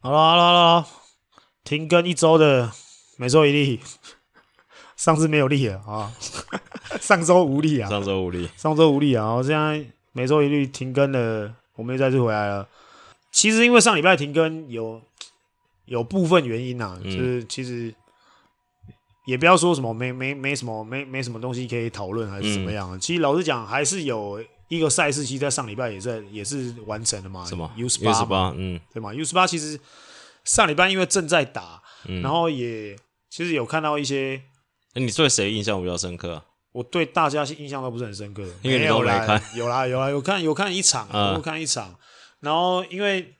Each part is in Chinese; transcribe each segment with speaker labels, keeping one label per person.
Speaker 1: 好了好了好了，停更一周的每周一例，上次没有例了 啊，上周无力啊，
Speaker 2: 上周五力，
Speaker 1: 上周无力啊，我现在每周一律停更了，我们又再次回来了。其实因为上礼拜停更有有部分原因呐、啊，就
Speaker 2: 嗯
Speaker 1: 是其实也不要说什么没没没什么没没什么东西可以讨论还是怎么
Speaker 2: 嗯
Speaker 1: 样、啊。其实老实讲，还是有一个赛事，其实在上礼拜也在也是完成了嘛，
Speaker 2: 什么
Speaker 1: 啊 U 十
Speaker 2: U
Speaker 1: 八
Speaker 2: 十
Speaker 1: 嘛，
Speaker 2: 八，嗯
Speaker 1: 对嘛？U 十八其实上礼拜因为正在打，
Speaker 2: 嗯。
Speaker 1: 然后也其实有看到一些
Speaker 2: 那哎你对谁印象比较深刻啊？
Speaker 1: 我对大家印象都不是很深刻，
Speaker 2: 因为你都
Speaker 1: 有啦
Speaker 2: 没看。
Speaker 1: 有啦，有啦，有看有看一场，
Speaker 2: 嗯
Speaker 1: 有看一场。然后因为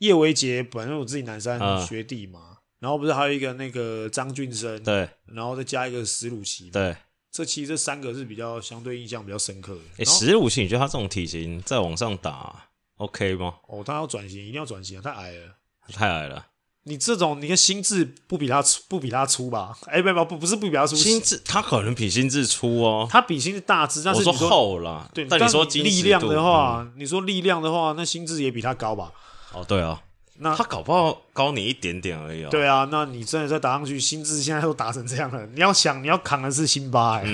Speaker 1: 叶维杰本来我自己南山
Speaker 2: 嗯
Speaker 1: 学弟嘛，然后不是还有一个那个张俊生，
Speaker 2: 对
Speaker 1: 然后再加一个史鲁奇，
Speaker 2: 对，哎
Speaker 1: 这其实这三个是比较相对印象比较深刻的。
Speaker 2: 诶，
Speaker 1: 然后
Speaker 2: 十五期，你觉得他这种体型再往上打，OK 吗？
Speaker 1: 哦，他要转型，一定要转型啊，太矮了。
Speaker 2: 太矮了，
Speaker 1: 你这种，你的心智不比他粗，不比他粗吧？哎，没有，没有不不是不比他粗，
Speaker 2: 心智他可能比心智粗哦。
Speaker 1: 他比心智大只，但
Speaker 2: 我
Speaker 1: 是你说
Speaker 2: 厚啦，
Speaker 1: 对，
Speaker 2: 但你说
Speaker 1: 你
Speaker 2: 精
Speaker 1: 力
Speaker 2: 实
Speaker 1: 量
Speaker 2: 度
Speaker 1: 的，话，你说力量的话，那心智也比他高吧？
Speaker 2: 嗯哦对啊，
Speaker 1: 那
Speaker 2: 他搞不好高你一点点而已哦。
Speaker 1: 对啊，那你真的再打上去，心智现在都打成这样了，你要想你要扛的是辛巴、欸，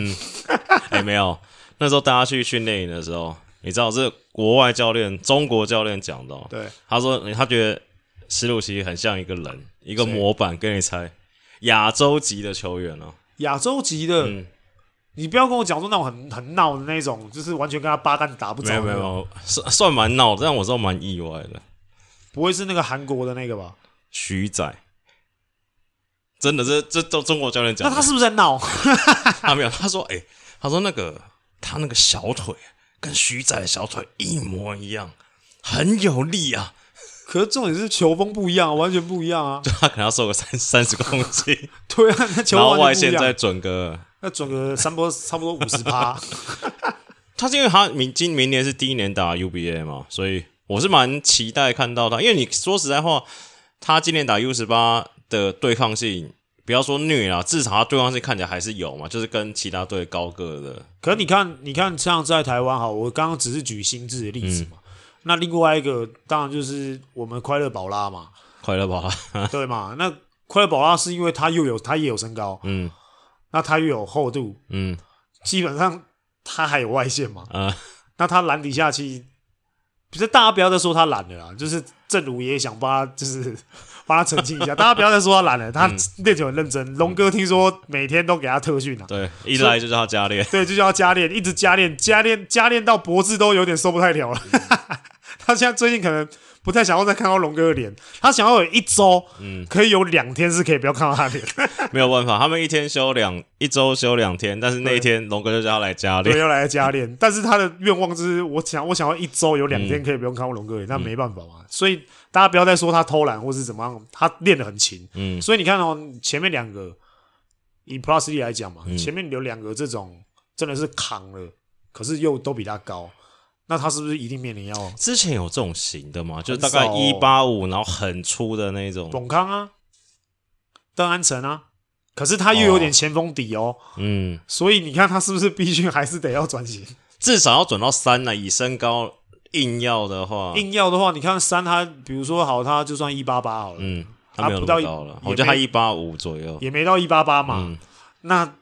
Speaker 2: 哎，没有，那时候大家去训练营的时候，你知道这国外教练、中国教练讲的哦，
Speaker 1: 对，
Speaker 2: 他说他觉得史鲁奇很像一个人，一个
Speaker 1: 谁
Speaker 2: 模板，跟你猜亚洲级的球员哦。
Speaker 1: 亚洲级的，
Speaker 2: 嗯
Speaker 1: 你不要跟我讲说那种很很闹的那种，就是完全跟他八竿打不着，
Speaker 2: 没有没有没，有，算算蛮闹的，但我知道蛮意外的。
Speaker 1: 不会是那个韩国的那个吧？
Speaker 2: 徐仔，真的这这都中国教练讲
Speaker 1: 那
Speaker 2: 的，
Speaker 1: 他是不是在闹？
Speaker 2: 他没有，他说哎、他说那个他那个小腿跟徐仔的小腿一模一样，很有力啊，
Speaker 1: 可是重点是球风不一样，完全不一样啊！
Speaker 2: 就他可能要瘦个三三十公 斤，
Speaker 1: 对啊，那球
Speaker 2: 然后
Speaker 1: 完
Speaker 2: 外
Speaker 1: 全
Speaker 2: 线
Speaker 1: 不一
Speaker 2: 再
Speaker 1: 样，
Speaker 2: 准个。
Speaker 1: 那准个三波差不多五十趴，
Speaker 2: 他是因为他明今明年是第一年打 UBA 嘛，所以我是蛮期待看到他。因为你说实在话，他今年打 U 十八的对抗性，不要说虐啦，至少他对抗性看起来还是有嘛，就是跟其他队高个的。
Speaker 1: 可你看，你看，像在台湾哈，我刚刚只是举心智的例子
Speaker 2: 嗯
Speaker 1: 嘛。那另外一个当然就是我们快乐宝拉 嘛，
Speaker 2: 快 乐吧，
Speaker 1: 对嘛？那快乐宝拉是因为他又有他也有身高，
Speaker 2: 嗯
Speaker 1: 那他又有厚度，
Speaker 2: 嗯
Speaker 1: 基本上他还有外线嘛。
Speaker 2: 啊、
Speaker 1: 那他篮底下其实，不是大家不要再说他懒了啦，就是正如也想帮他，就是 帮他澄清一下，大家不要再说他懒了，
Speaker 2: 嗯
Speaker 1: 他练球很认真。龙哥听说每天都给他特训啊，
Speaker 2: 对，一来就叫他 加练，
Speaker 1: 对，就叫他加练，一直加练，加练，加练到脖子都有点受不太了了。
Speaker 2: 嗯
Speaker 1: 他现在最近可能不太想要再看到龙哥的脸，他想要有一周，
Speaker 2: 嗯，
Speaker 1: 可以有两天是可以不要看到他脸，
Speaker 2: 没有办法，他们一天休两，一周休两天，但是那一天龙哥就叫他来加
Speaker 1: 对，啊
Speaker 2: 练，
Speaker 1: 要来加练。但是他的愿望就是，我想我想要一周有两
Speaker 2: 嗯
Speaker 1: 天可以不用看到龙哥的脸，那没办法嘛。所以大家不要再说他偷懒或是怎么样，他练得很勤。
Speaker 2: 嗯
Speaker 1: 所以你看哦，前面两个以 Plus 力来讲嘛，
Speaker 2: 嗯
Speaker 1: 前面有两个这种真的是扛了，可是又都比他高，那他是不是一定面临要
Speaker 2: 之前有这种型的嘛，就
Speaker 1: 很
Speaker 2: 大概
Speaker 1: 少哦
Speaker 2: 一八五，然后很粗的那种，
Speaker 1: 董康啊、邓安成啊？可是他又有点前锋底哦，
Speaker 2: 嗯，
Speaker 1: 所以你看他是不是必须还是得要转型？
Speaker 2: 至少要转到三了。以身高硬要的话，
Speaker 1: 硬要的话，你看三他，比如说好，他就算一八八好了，
Speaker 2: 嗯，他没
Speaker 1: 他
Speaker 2: 有那么
Speaker 1: 不到
Speaker 2: 高
Speaker 1: 也，
Speaker 2: 了
Speaker 1: 没
Speaker 2: 我觉得他一八五左右。
Speaker 1: 也没啊到一八八嘛，
Speaker 2: 嗯
Speaker 1: 那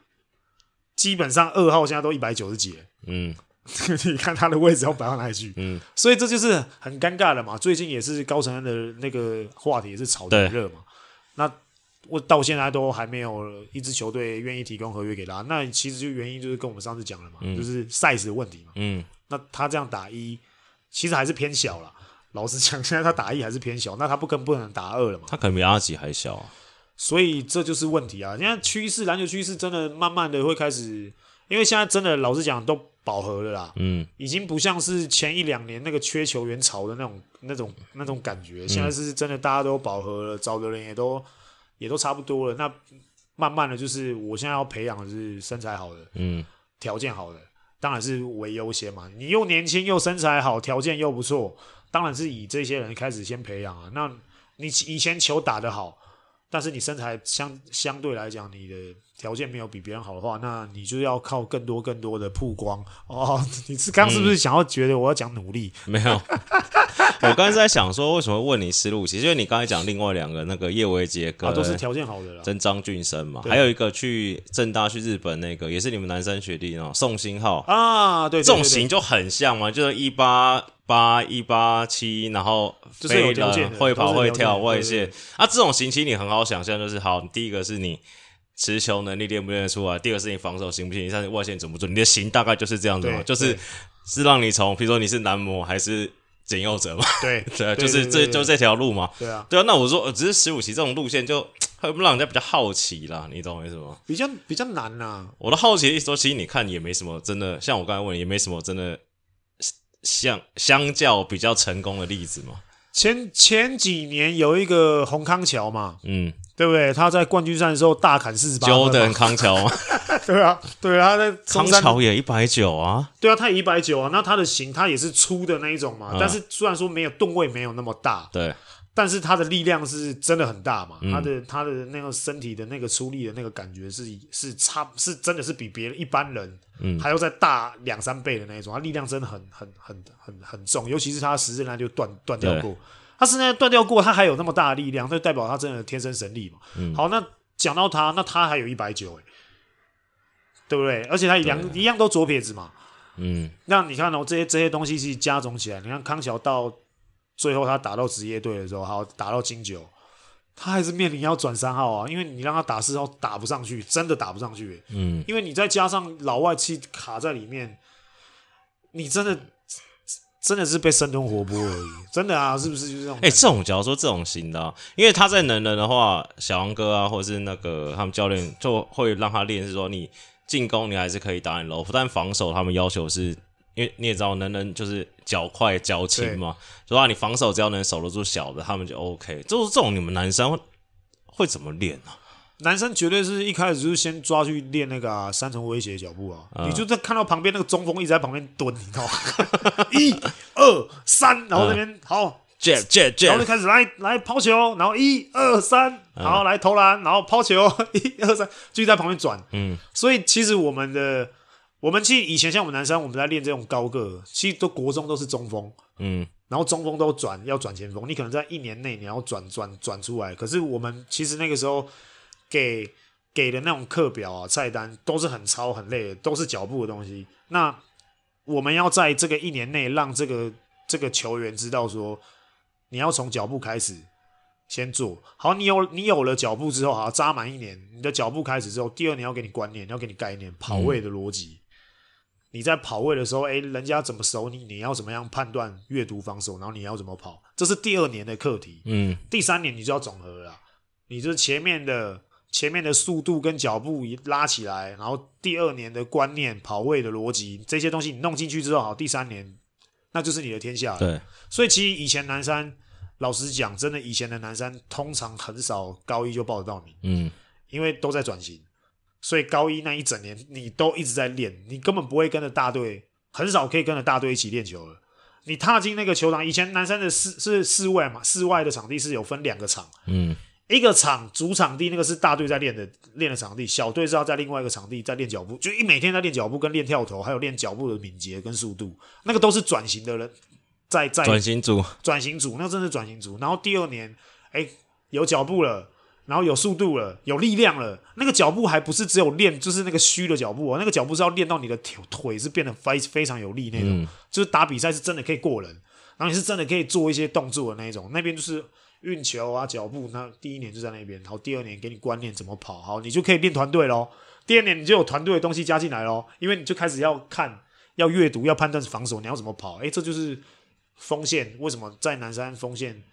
Speaker 1: 基本上二号现在都一百九十几了，
Speaker 2: 嗯，
Speaker 1: 你看他的位置要摆到哪里去？
Speaker 2: 嗯，
Speaker 1: 所以这就是很尴尬的嘛。最近也是高承安的那个话题也是炒得很
Speaker 2: 对
Speaker 1: 热嘛。那我到现在都还没有一支球队愿意提供合约给他，那其实就原因就是跟我们上次讲了嘛，就是 size 的问题嘛。
Speaker 2: 嗯，
Speaker 1: 那他这样打一，其实还是偏小了。老实讲，现在他打一还是偏小，那他不跟不能打二了嘛？
Speaker 2: 他可能比阿吉还小啊。
Speaker 1: 所以这就是问题啊！现在趋势，篮球趋势真的慢慢的会开始，因为现在真的老实讲都饱和了啦，
Speaker 2: 嗯，
Speaker 1: 已经不像是前一两年那个缺球员潮的那种、那种、那种感觉。
Speaker 2: 嗯
Speaker 1: 现在是真的大家都饱和了，找的人也都也都差不多了。那慢慢的就是我现在要培养的是身材好的，
Speaker 2: 嗯，
Speaker 1: 条件好的，当然是为优先嘛。你又年轻又身材好，条件又不错，当然是以这些人开始先培养啊。那你以前球打得好，但是你身材相相对来讲，你的条件没有比别人好的话，那你就要靠更多
Speaker 2: 嗯
Speaker 1: 更多的曝光哦。你是刚是不是想要觉得我要讲努力？
Speaker 2: 没有， 我刚才在想说，为什么会问你思路？其实因为你刚才讲另外两个，那个叶维杰跟
Speaker 1: 啊，都是条件好的啦。
Speaker 2: 跟张俊生嘛，
Speaker 1: 对
Speaker 2: 还有一个去正大去日本那个，也是你们男生学弟哦，宋新浩，
Speaker 1: 啊，对，对
Speaker 2: 这种
Speaker 1: 对对
Speaker 2: 型就很像嘛，就是一八八一八七，然后
Speaker 1: 就是有
Speaker 2: 飞
Speaker 1: 条件
Speaker 2: 人
Speaker 1: 的
Speaker 2: 会跑
Speaker 1: 都是
Speaker 2: 会
Speaker 1: 有条件
Speaker 2: 跳
Speaker 1: 的
Speaker 2: 外
Speaker 1: 对对
Speaker 2: 线啊，这种型其实你很好想象，就是好，第一个是你。持球能力练不练得出来？第二个是你防守行不行？第三是外线准不准？你的型大概就是这样子嘛，
Speaker 1: 对
Speaker 2: 就是
Speaker 1: 对
Speaker 2: 是让你从，比如说你是男模还是简佑哲嘛，
Speaker 1: 对
Speaker 2: 对
Speaker 1: 对
Speaker 2: 啊，就是
Speaker 1: 对
Speaker 2: 这
Speaker 1: 对
Speaker 2: 就这条路嘛，
Speaker 1: 对啊，
Speaker 2: 对啊，那我说，呃只是十五期这种路线就 会不让人家比较好奇啦，你懂我意思吗？
Speaker 1: 比较比较难呐。
Speaker 2: 我的好奇的意思说，其实你看也没什么真的，像我刚才问，也没什么真的相相较比较成功的例子嘛。
Speaker 1: 前前几年有一个洪康桥嘛，
Speaker 2: 嗯
Speaker 1: 对不对？他在冠军赛的时候大砍四十八分
Speaker 2: ，Jordan
Speaker 1: 嘛，
Speaker 2: 康桥嘛，
Speaker 1: 对啊，对啊，他在
Speaker 2: 康
Speaker 1: 中山
Speaker 2: 桥也一百九啊，
Speaker 1: 对啊，他一百九啊，那他的型他也是粗的那一种嘛，
Speaker 2: 嗯
Speaker 1: 但是虽然说没有吨位没有那么大，
Speaker 2: 对，
Speaker 1: 但是他的力量是真的很大嘛，
Speaker 2: 嗯
Speaker 1: 他的他的那个身体的那个出力的那个感觉是是差是真的是比别人一般人
Speaker 2: 嗯
Speaker 1: 还要再大两三倍的那一种，他力量真的很很很很很重，尤其是他十字那就断断掉过，他十字韧带断掉过，他还有那么大的力量，那就代表他真的天生神力嘛。
Speaker 2: 嗯
Speaker 1: 好，那讲到他，那他还有一百九哎，对不对？而且他两一样都左撇子嘛，
Speaker 2: 嗯，
Speaker 1: 那你看哦，这些这些东西是加总起来，你看康桥到最后他打到职业队的时候，好打到金九，他还是面临要转三号啊，因为你让他打四号打不上去，真的打不上去，
Speaker 2: 嗯，
Speaker 1: 因为你再加上老外气卡在里面，你真的真的是被生吞活剥而已，真的啊，是不是就是这种
Speaker 2: 哎、？这种假如说这种型的、啊，因为他在能人的话，小王哥啊，或者是那个他们教练就会让他练，是说你进攻你还是可以打你 low，但防守他们要求是。因为你也知道，能人就是脚快脚轻嘛，所以啊，你防守只要能守得住小的，他们就 OK。就是这种你们男生会会怎么练啊？
Speaker 1: 男生绝对是一开始就是先抓去练那个、啊、三重威胁的脚步啊，你就在看到旁边那个中锋一直在旁边蹲，你知道吗？ 一二三，然后那边、
Speaker 2: 啊
Speaker 1: 好
Speaker 2: j 这这
Speaker 1: 然后就开始来来抛球，然后一二三，然后来投篮，然后抛球， 一二三，继续在旁边转。
Speaker 2: 嗯，
Speaker 1: 所以其实我们的，我们其实以前像我们男生，我们在练这种高个，其实都国中都是中锋，
Speaker 2: 嗯
Speaker 1: 然后中锋都转要转前锋，你可能在一年内你要转转转出来。可是我们其实那个时候给给的那种课表啊、菜单都是很超很累的，都是脚步的东西。那我们要在这个一年内让这个这个球员知道说，你要从脚步开始先做好。你有你有了脚步之后，好扎满一年，你的脚步开始之后，第二年要给你观念，要给你概念，跑位的逻辑。你在跑位的时候，哎、人家怎么守你，你要怎么样判断阅读防守，然后你要怎么跑，这是第二年的课题。
Speaker 2: 嗯
Speaker 1: 第三年你就要总和了啦，你就是前面的前面的速度跟脚步一拉起来，然后第二年的观念、跑位的逻辑这些东西你弄进去之后，好，第三年那就是你的天下了。
Speaker 2: 对，
Speaker 1: 所以其实以前南山，老实讲，真的以前的南山通常很少高一就报得到你，
Speaker 2: 嗯
Speaker 1: 因为都在转型，所以高一那一整年你都一直在练，你根本不会跟着大队，很少可以跟着大队一起练球了。你踏进那个球场，以前南山的室是室外嘛，室外的场地是有分两个场，
Speaker 2: 嗯
Speaker 1: 一个场主场地那个是大队在练的练的场地，小队是要在另外一个场地在练脚步，就一每天在练脚步跟练跳投，还有练脚步的敏捷跟速度，那个都是转型的人在在
Speaker 2: 转型组，
Speaker 1: 转型组，那真的是转型组。然后第二年，哎，有脚步了，然后有速度了，有力量了。那个脚步还不是只有练，就是那个虚的脚步哦，那个脚步是要练到你的腿腿是变得非非常有力那种，就是打比赛是真的可以过人，然后你是真的可以做一些动作的那一种。那边就是运球啊，脚步，那第一年就在那边，然后第二年给你观念怎么跑，好，你就可以练团队喽。第二年你就有团队的东西加进来喽，因为你就开始要看、要阅读、要判断防守，你要怎么跑，哎，这就是锋线为什么在南山锋线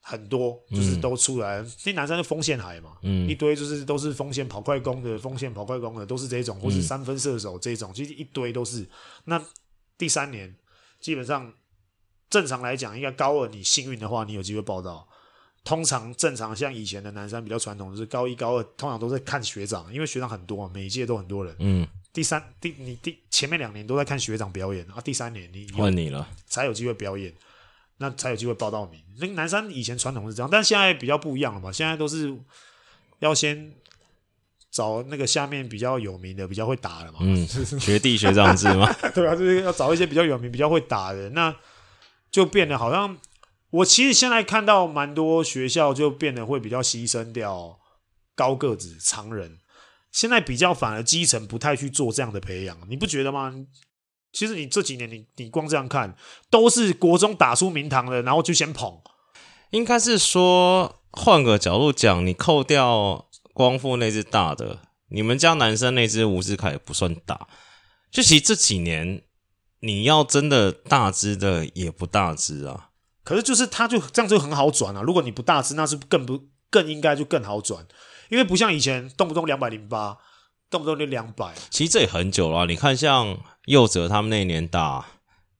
Speaker 1: 很多，就是都出来了，因为南山是锋线海嘛，
Speaker 2: 嗯
Speaker 1: 一堆就是都是锋线跑快攻的，锋线跑快攻的都是这种，或是三分射手这种，其实一堆都是。那第三年基本上正常来讲，应该高二你幸运的话，你有机会报到。通常正常像以前的南山比较传统，就是高一高二通常都在看学长，因为学长很多嘛，每一届都很多人。
Speaker 2: 嗯，
Speaker 1: 第三第你第前面两年都在看学长表演啊，第三年你有
Speaker 2: 问你了，
Speaker 1: 才有机会表演，那才有机会报到名。那个南山以前传统是这样，但现在比较不一样了嘛，现在都是要先找那个下面比较有名的、比较会打的嘛，
Speaker 2: 嗯，学弟学长制吗？
Speaker 1: 对啊，就是要找一些比较有名、比较会打的。那就变得好像我其实现在看到蛮多学校就变得会比较牺牲掉高个子常人，现在比较反而基层不太去做这样的培养，你不觉得吗？其实你这几年你你光这样看，都是国中打出名堂的，然后就先捧，
Speaker 2: 应该是说换个角度讲，你扣掉光复那只大的，你们家男生那只吴志凯也不算大。就其实这几年，你要真的大只的也不大只啊。
Speaker 1: 可是就是他就这样就很好转啊。如果你不大只，那是更不更应该就更好转，因为不像以前动不动两百零八，动不动就两百。
Speaker 2: 其实这也很久了啊、你看像佑哲他们那一年打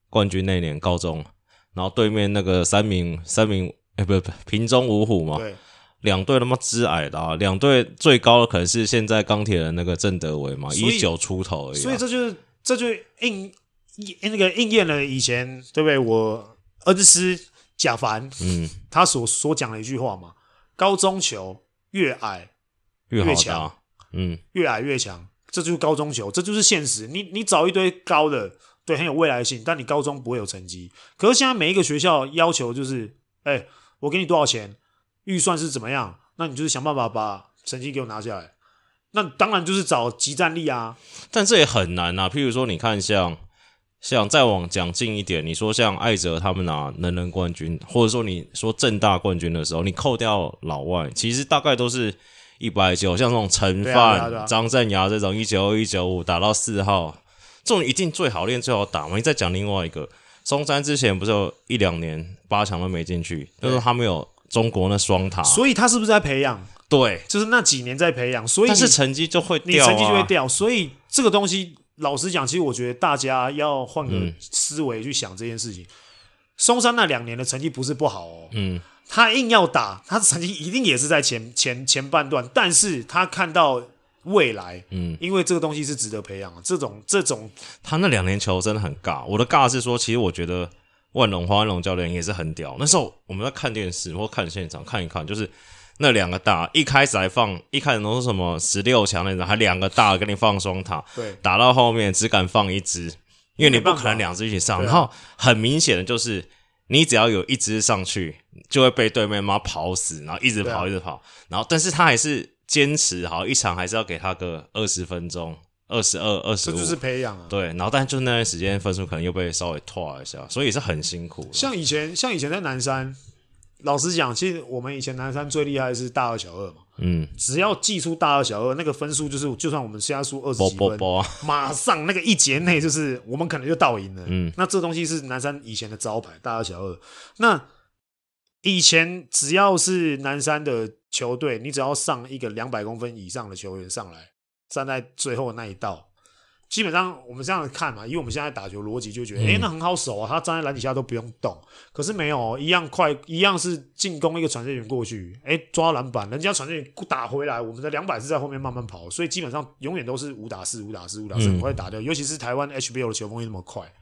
Speaker 2: 冠军那一年高中，然后对面那个三名三名哎、不不平中五虎嘛，
Speaker 1: 对，
Speaker 2: 两队他妈之矮的啊，两队最高的可能是现在钢铁人那个郑德维嘛，
Speaker 1: 所以
Speaker 2: 一九出头而已啊、
Speaker 1: 所以这就是这就应应那个应验了以前对不对？我恩师贾凡
Speaker 2: 嗯
Speaker 1: 他所所讲的一句话嘛：高中球越矮
Speaker 2: 越
Speaker 1: 越
Speaker 2: 好
Speaker 1: 强
Speaker 2: 打，嗯，
Speaker 1: 越矮越强，这就是高中球，这就是现实。你你找一堆高的，对，很有未来性，但你高中不会有成绩。可是现在每一个学校要求就是，哎、我给你多少钱，预算是怎么样，那你就是想办法把成绩给我拿下来。那当然就是找集战力啊，
Speaker 2: 但这也很难啊。譬如说，你看像像再往讲近一点，你说像艾哲他们拿能人冠军，或者说你说正大冠军的时候，你扣掉老外，其实大概都是一百九，像这种陈
Speaker 1: 对啊对啊对啊
Speaker 2: 范、张镇雅这种一九二、一九五打到四号，这种一定最好练、最好打嘛。你再讲另外一个，松山之前不是有一两年八强都没进去，就是他们有中国那双塔，
Speaker 1: 所以他是不是在培养？
Speaker 2: 对，
Speaker 1: 就是那几年在培养，所以
Speaker 2: 但
Speaker 1: 你
Speaker 2: 是成绩就会
Speaker 1: 你
Speaker 2: 掉、啊，
Speaker 1: 成绩就会掉。所以这个东西，老实讲，其实我觉得大家要换个
Speaker 2: 嗯
Speaker 1: 思维去想这件事情。松山那两年的成绩不是不好哦，
Speaker 2: 嗯，
Speaker 1: 他硬要打，他的成绩一定也是在前前前半段，但是他看到未来，
Speaker 2: 嗯，
Speaker 1: 因为这个东西是值得培养的，这种这种
Speaker 2: 他那两年球真的很尬。我的尬是说，其实我觉得万龙花万龙教练也是很屌。那时候我们在看电视或看现场看一看，就是那两个大一开始还放，一开始都是什么十六强那种，还两个大给你放双塔，
Speaker 1: 对
Speaker 2: 打到后面只敢放一只，因为你
Speaker 1: 没办
Speaker 2: 不
Speaker 1: 法
Speaker 2: 可能两只一起上。
Speaker 1: 对啊
Speaker 2: 然后很明显的就是，你只要有一只上去，就会被对面妈跑死，然后一直跑、
Speaker 1: 对啊
Speaker 2: 一直跑。然后，但是他还是坚持好一场，还是要给他个二十分钟。二十二、二十
Speaker 1: 这
Speaker 2: 五，
Speaker 1: 就是培养啊。
Speaker 2: 对，然后但就是那段时间分数可能又被稍微拖了一下，所以也是很辛苦啦。
Speaker 1: 像以前像以前在南山，老实讲，其实我们以前南山最厉害的是大二小二嘛，
Speaker 2: 嗯，
Speaker 1: 只要寄出大二小二，那个分数就是，就算我们现在输二十
Speaker 2: 波
Speaker 1: 几
Speaker 2: 波
Speaker 1: 分，
Speaker 2: 波啊，
Speaker 1: 马上那个一节内就是我们可能就倒赢了。
Speaker 2: 嗯，
Speaker 1: 那这东西是南山以前的招牌，大二小二。那以前只要是南山的球队，你只要上一个两百公分以上的球员上来，站在最后的那一道，基本上我们这样看嘛，因为我们现在打球逻辑就觉得，哎、那很好守啊，他站在篮底下都不用动。可是没有，一样快，一样是进攻一个传线员过去，哎、抓到篮板，人家传线员打回来，我们的两百是在后面慢慢跑，所以基本上永远都是五打四、五打四、五打四，
Speaker 2: 嗯
Speaker 1: 很快打掉。尤其是台湾 HBO 的球风又那么快，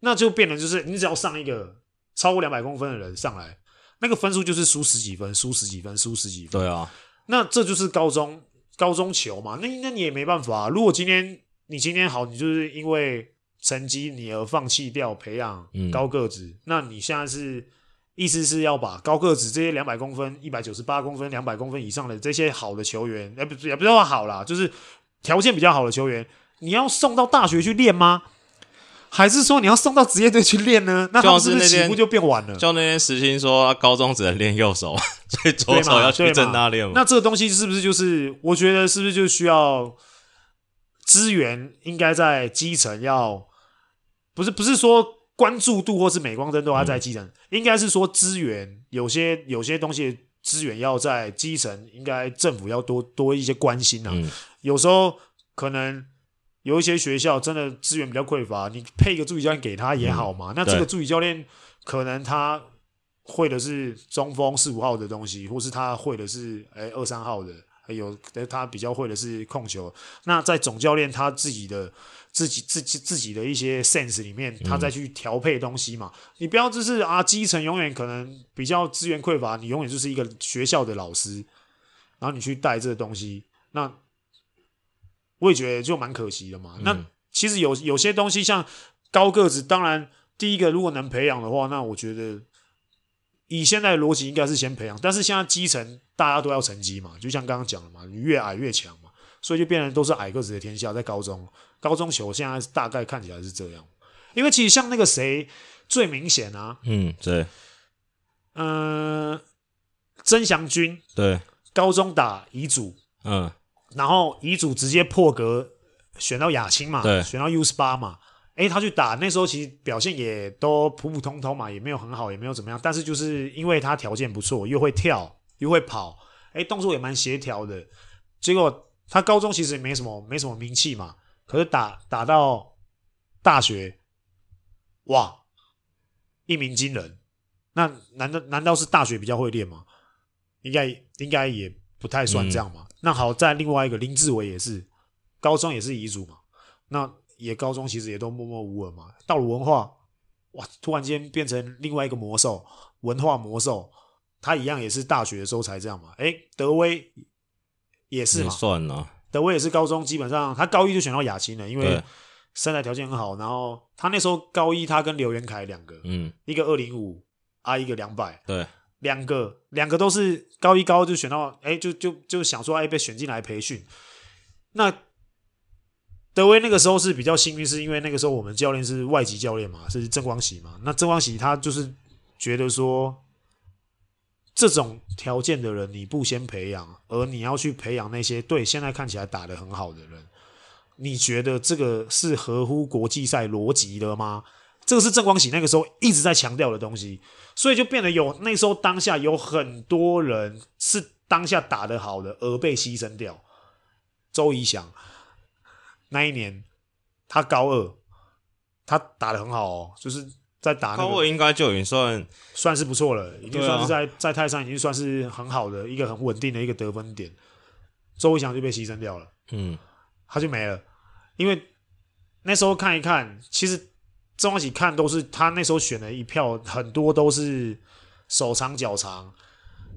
Speaker 1: 那就变成就是你只要上一个超过两百公分的人上来，那个分数就是输十几分、输十几分、输十几分。
Speaker 2: 对啊，
Speaker 1: 那这就是高中高中球嘛，那那你也没办法、啊如果今天你今天好，你就是因为成绩你而放弃掉培养
Speaker 2: 嗯
Speaker 1: 高个子，那你现在是意思是要把高个子这些两百公分、一百九十八公分、两百公分以上的这些好的球员，哎、不也不是说好啦，就是条件比较好的球员，你要送到大学去练吗？还是说你要送到职业队去练呢？那他们
Speaker 2: 就是
Speaker 1: 不是起
Speaker 2: 是那天
Speaker 1: 步就变晚了？
Speaker 2: 就那天时兴说，他高中只能练右手， 所以左手要去正大练嘛。
Speaker 1: 那这个东西是不是就是？我觉得是不是就需要资源应该在基层要，不是不是说关注度或是镁光灯都要在基层，应该是说资源有些有些东西的资源要在基层，应该政府要多多一些关心啊。
Speaker 2: 嗯
Speaker 1: 有时候可能。有一些学校真的资源比较匮乏，你配一个助理教练给他也好嘛。那这个
Speaker 2: 对
Speaker 1: 助理教练可能他会的是中锋四五号的东西，或是他会的是哎二三号的，还有哎他比较会的是控球。那在总教练他自己的自己自己自己的一些 sense 里面，他再去调配东西嘛。你不要就是啊，基层永远可能比较资源匮乏，你永远就是一个学校的老师，然后你去带这个东西，那我也觉得就蛮可惜的嘛。那其实有有些东西像高个子，当然第一个如果能培养的话，那我觉得以现在的逻辑应该是先培养，但是现在基层大家都要成绩嘛，就像刚刚讲的嘛，你越矮越强嘛，所以就变成都是矮个子的天下。在高中，高中球现在大概看起来是这样，因为其实像那个谁最明显啊，
Speaker 2: 嗯，对
Speaker 1: 嗯、曾祥军
Speaker 2: 对，
Speaker 1: 高中打乙组，
Speaker 2: 嗯
Speaker 1: 然后乙组直接破格选到亚青嘛，
Speaker 2: 对
Speaker 1: 选到 U 十八嘛。诶，他去打那时候其实表现也都普普通通嘛，也没有很好，也没有怎么样。但是就是因为他条件不错，又会跳，又会跑，诶，动作也蛮协调的。结果他高中其实也没什么没什么名气嘛，可是打打到大学，哇，一鸣惊人。那难道难道是大学比较会练吗？应该应该也不太算这样嘛。
Speaker 2: 嗯
Speaker 1: 那好在另外一个林志伟也是，高中也是遗嘱嘛，那也高中其实也都默默无闻嘛。到了文化，哇，突然间变成另外一个魔兽，文化魔兽，他一样也是大学的时候才这样嘛。诶，德威也是
Speaker 2: 也
Speaker 1: 嘛，
Speaker 2: 算了，
Speaker 1: 德威也是高中基本上他高一就选到亚青了，因为
Speaker 2: 对
Speaker 1: 身材条件很好，然后他那时候高一他跟刘元凯两个，
Speaker 2: 嗯
Speaker 1: 一个二零五啊，一个两百，
Speaker 2: 对，
Speaker 1: 两个两个都是高一高二就选到，哎，就就就想说，哎，被选进来培训。那德威那个时候是比较幸运，是因为那个时候我们教练是外籍教练嘛，是郑光喜嘛。那郑光喜他就是觉得说，这种条件的人你不先培养，而你要去培养那些对现在看起来打得很好的人，你觉得这个是合乎国际赛逻辑的吗？这个是郑光喜那个时候一直在强调的东西。所以就变得有那时候当下有很多人是当下打得好的，而被牺牲掉。周怡翔那一年，他高二，他打得很好哦，就是在打那
Speaker 2: 高
Speaker 1: 个
Speaker 2: 二应该就已经算
Speaker 1: 算是不错了，已经
Speaker 2: 对啊
Speaker 1: 算是在、在泰山已经算是很好的一个很稳定的一个得分点。周怡翔就被牺牲掉了。
Speaker 2: 嗯
Speaker 1: 他就没了。因为那时候看一看，其实郑光喜看都是他那时候选的一票，很多都是手长脚长，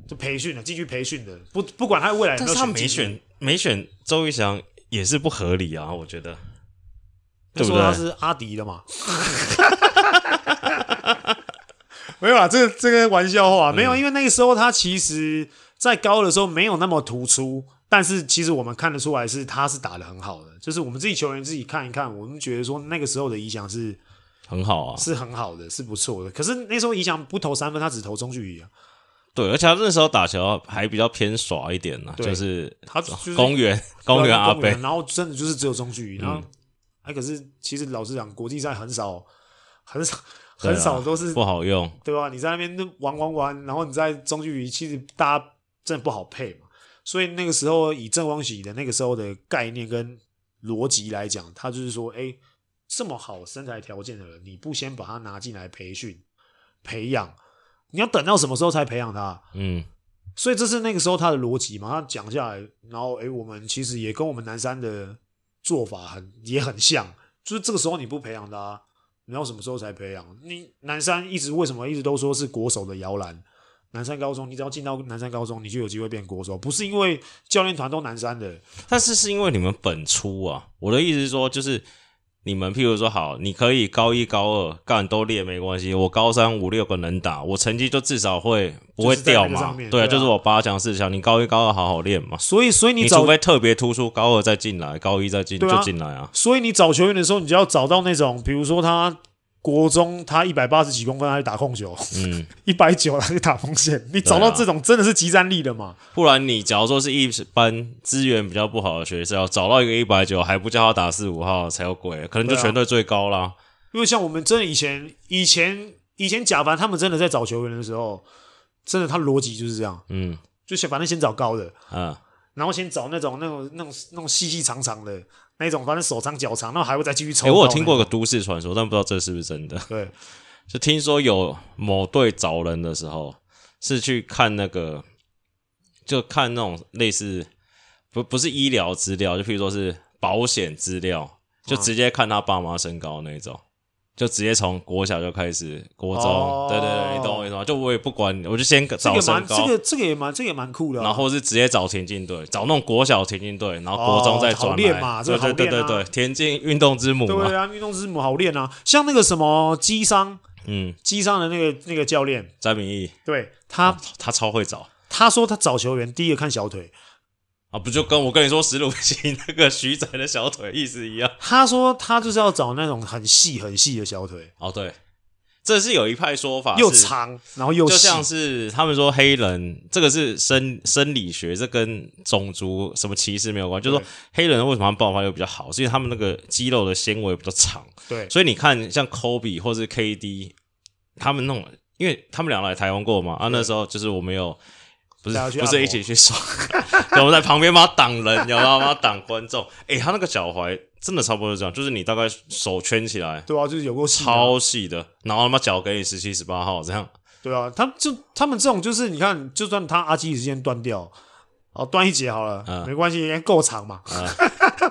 Speaker 1: 就培训的进去培训的，不不管他未来有
Speaker 2: 但
Speaker 1: 没有
Speaker 2: 是他
Speaker 1: 选
Speaker 2: 没
Speaker 1: 进去，
Speaker 2: 选没选周玉祥也是不合理啊，我觉得。
Speaker 1: 那时候
Speaker 2: 对不
Speaker 1: 他
Speaker 2: 对
Speaker 1: 是阿迪的嘛。 没有啦，这个这个玩笑话没有，因为那个时候他其实在高二的时候没有那么突出，但是其实我们看得出来是他是打的很好的，就是我们自己球员自己看一看，我们觉得说那个时候的影响是
Speaker 2: 很好啊，
Speaker 1: 是很好的，是不错的。可是那时候怡翔不投三分，他只投中距离啊，
Speaker 2: 对，而且他那时候打球还比较偏耍一点呢、啊
Speaker 1: 对
Speaker 2: 就是
Speaker 1: 他就是
Speaker 2: 公园公园
Speaker 1: 对啊
Speaker 2: 阿贝
Speaker 1: 公，园然后真的就是只有中距离。然后，哎、可是其实老实讲，国际赛很少，很少，
Speaker 2: 对啊
Speaker 1: 很少都是
Speaker 2: 不好用，
Speaker 1: 对吧、你在那边玩玩玩，然后你在中距离，其实大家真的不好配嘛。所以那个时候以郑光喜的那个时候的概念跟逻辑来讲，他就是说，哎、这么好身材条件的人，你不先把他拿进来培训培养，你要等到什么时候才培养他啊？
Speaker 2: 嗯，
Speaker 1: 所以这是那个时候他的逻辑嘛，他讲下来，然后诶，我们其实也跟我们南山的做法很也很像，就是这个时候你不培养他、你要什么时候才培养？你南山一直为什么一直都说是国手的摇篮？南山高中，你只要进到南山高中，你就有机会变国手，不是因为教练团都南山的，
Speaker 2: 但是是因为你们本初啊，我的意思是说，就是你们譬如说好，你可以高一高二干都练没关系，我高三五六个能打，我成绩就至少会不会
Speaker 1: 就是在那
Speaker 2: 掉
Speaker 1: 个
Speaker 2: 嘛
Speaker 1: 上？面
Speaker 2: 对啊，
Speaker 1: 对啊
Speaker 2: 就是我八强四强，你高一高二好好练嘛。
Speaker 1: 所以所以
Speaker 2: 你
Speaker 1: 找
Speaker 2: 除非特别突出，高二再进来，高一再进、
Speaker 1: 对啊
Speaker 2: 就进来啊。
Speaker 1: 所以你找球员的时候，你就要找到那种，比如说他国中他一百八十几公分，他就打控球，
Speaker 2: 嗯，
Speaker 1: 一百九他就打锋线，你
Speaker 2: 啊
Speaker 1: 找到这种真的是集战力的嘛？
Speaker 2: 不然你假如说是一般资源比较不好的学校，找到一个一百九还不叫他打四五号才有鬼，可能就
Speaker 1: 对啊
Speaker 2: 全队最高啦。
Speaker 1: 因为像我们真的以前以前以前贾凡他们真的在找球员的时候，真的他逻辑就是这样，
Speaker 2: 嗯
Speaker 1: 就是反正先找高的，
Speaker 2: 啊，
Speaker 1: 然后先找那种那种那种那种细细长长的那种，反正手长脚长，然后还会再继续抽
Speaker 2: 诶、
Speaker 1: 高那种。
Speaker 2: 哎我有听过一个都市传说，但不知道这是不是真的。
Speaker 1: 对，
Speaker 2: 就听说有某队找人的时候，是去看那个，就看那种类似不不是医疗资料，就譬如说是保险资料，就直接看他爸妈身高那种。就直接从国小就开始，国中，
Speaker 1: 哦
Speaker 2: 对对对，你懂我意思吗？就我也不管，我就先
Speaker 1: 这
Speaker 2: 找
Speaker 1: 个
Speaker 2: 身
Speaker 1: 蛮
Speaker 2: 高，
Speaker 1: 这个这个也蛮这个也蛮酷的啊、
Speaker 2: 然后是直接找田径队，找那种国小田径队，然后国中再
Speaker 1: 哦好
Speaker 2: 转
Speaker 1: 练
Speaker 2: 来，
Speaker 1: 嘛这
Speaker 2: 对
Speaker 1: 个好
Speaker 2: 对对对
Speaker 1: 练啊
Speaker 2: 对，田径运动之母嘛
Speaker 1: 对，啊，运动之母好练啊，像那个什么机商
Speaker 2: 嗯，
Speaker 1: 机商的那个那个教练，
Speaker 2: 詹明义
Speaker 1: 对他
Speaker 2: 他超会找
Speaker 1: 他说他找球员第一个看小腿，
Speaker 2: 啊，不就跟我跟你说史鲁奇那个徐仔的小腿意思一样？
Speaker 1: 他说他就是要找那种很细很细的小腿，
Speaker 2: 哦，对，这是有一派说法，
Speaker 1: 又
Speaker 2: 啊是
Speaker 1: 长然后又
Speaker 2: 就
Speaker 1: 细，
Speaker 2: 像是他们说黑人，这个是生生理学，这跟种族什么歧视没有关系。就是说
Speaker 1: 对
Speaker 2: 黑人为什么他们爆发力比较好，是因为他们那个肌肉的纤维比较长。
Speaker 1: 对
Speaker 2: 所以你看，像 Kobe 或是 KD，他们那种，因为他们俩来台湾过嘛，啊，那时候就是我们有。不是
Speaker 1: 大家去
Speaker 2: 不
Speaker 1: 按
Speaker 2: 是
Speaker 1: 摩
Speaker 2: 一起去 耍，然后我们在旁边帮他挡人，你知道吗？帮他挡观众。诶，他那个脚踝真的差不多是这样，就是你大概手圈起来，
Speaker 1: 对啊，就是有够细的啊、
Speaker 2: 超细的，然后他妈脚给你十七十八号这样，
Speaker 1: 对啊，他们就他们这种就是你看，就算他阿基里斯腱断掉，哦，断一节好了，
Speaker 2: 嗯
Speaker 1: 没关系，因为够长嘛，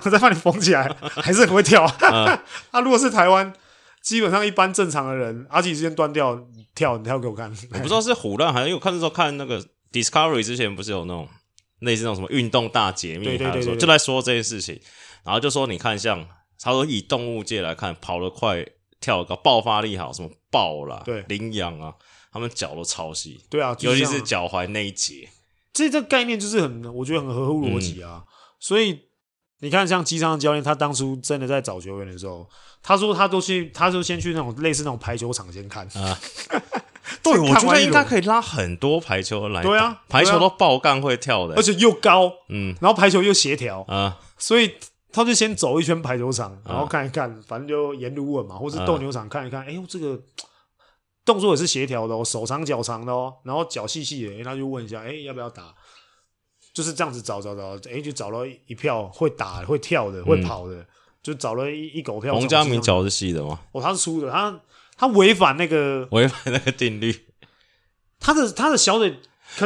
Speaker 1: 我再把你缝起来，还是很会跳。
Speaker 2: 嗯
Speaker 1: 啊，如果是台湾，基本上一般正常的人，阿基里斯腱断掉跳，你跳给我看，
Speaker 2: 我不知道是虎烂还是因为我看的时候看那个 Discovery 之前不是有那种类似那种什么运动大解密，
Speaker 1: 对对
Speaker 2: 还有
Speaker 1: 对
Speaker 2: 说
Speaker 1: 对对
Speaker 2: 就在说这件事情，然后就说你看像他说以动物界来看，跑得快、跳得高、爆发力好，什么豹啦、
Speaker 1: 对
Speaker 2: 羚羊啊，他们脚都超细，
Speaker 1: 对啊，就
Speaker 2: 尤
Speaker 1: 这
Speaker 2: 其
Speaker 1: 样啊
Speaker 2: 是脚踝那一节，
Speaker 1: 这这概念就是很，我觉得很合乎逻辑
Speaker 2: 嗯
Speaker 1: 啊。所以你看，像机上的教练，他当初真的在找球员的时候，他说他都去，他就先去那种类似那种排球场先看
Speaker 2: 啊。
Speaker 1: 对
Speaker 2: 我觉得应该可以拉很多排球来打，
Speaker 1: 对啊
Speaker 2: 排球
Speaker 1: 对啊
Speaker 2: 都爆干会跳的、
Speaker 1: 而且又高，
Speaker 2: 嗯
Speaker 1: 然后排球又协调，
Speaker 2: 啊、
Speaker 1: 所以他就先走一圈排球场，然后看一看，反正就沿路问
Speaker 2: 啊
Speaker 1: 嘛，或是斗牛场看一看，哎、呦这个嘖动作也是协调的哦，手长脚长的哦，然后脚细细的，诶那就问一下，哎、要不要打？就是这样子找找找，哎、就找了一票会打、会跳的、会跑的，就找了一一狗票。
Speaker 2: 嗯洪家明
Speaker 1: 找
Speaker 2: 脚是细的吗？
Speaker 1: 哦，他是粗的，他他违反那个
Speaker 2: 违反那个定律。
Speaker 1: 他的他的小腿，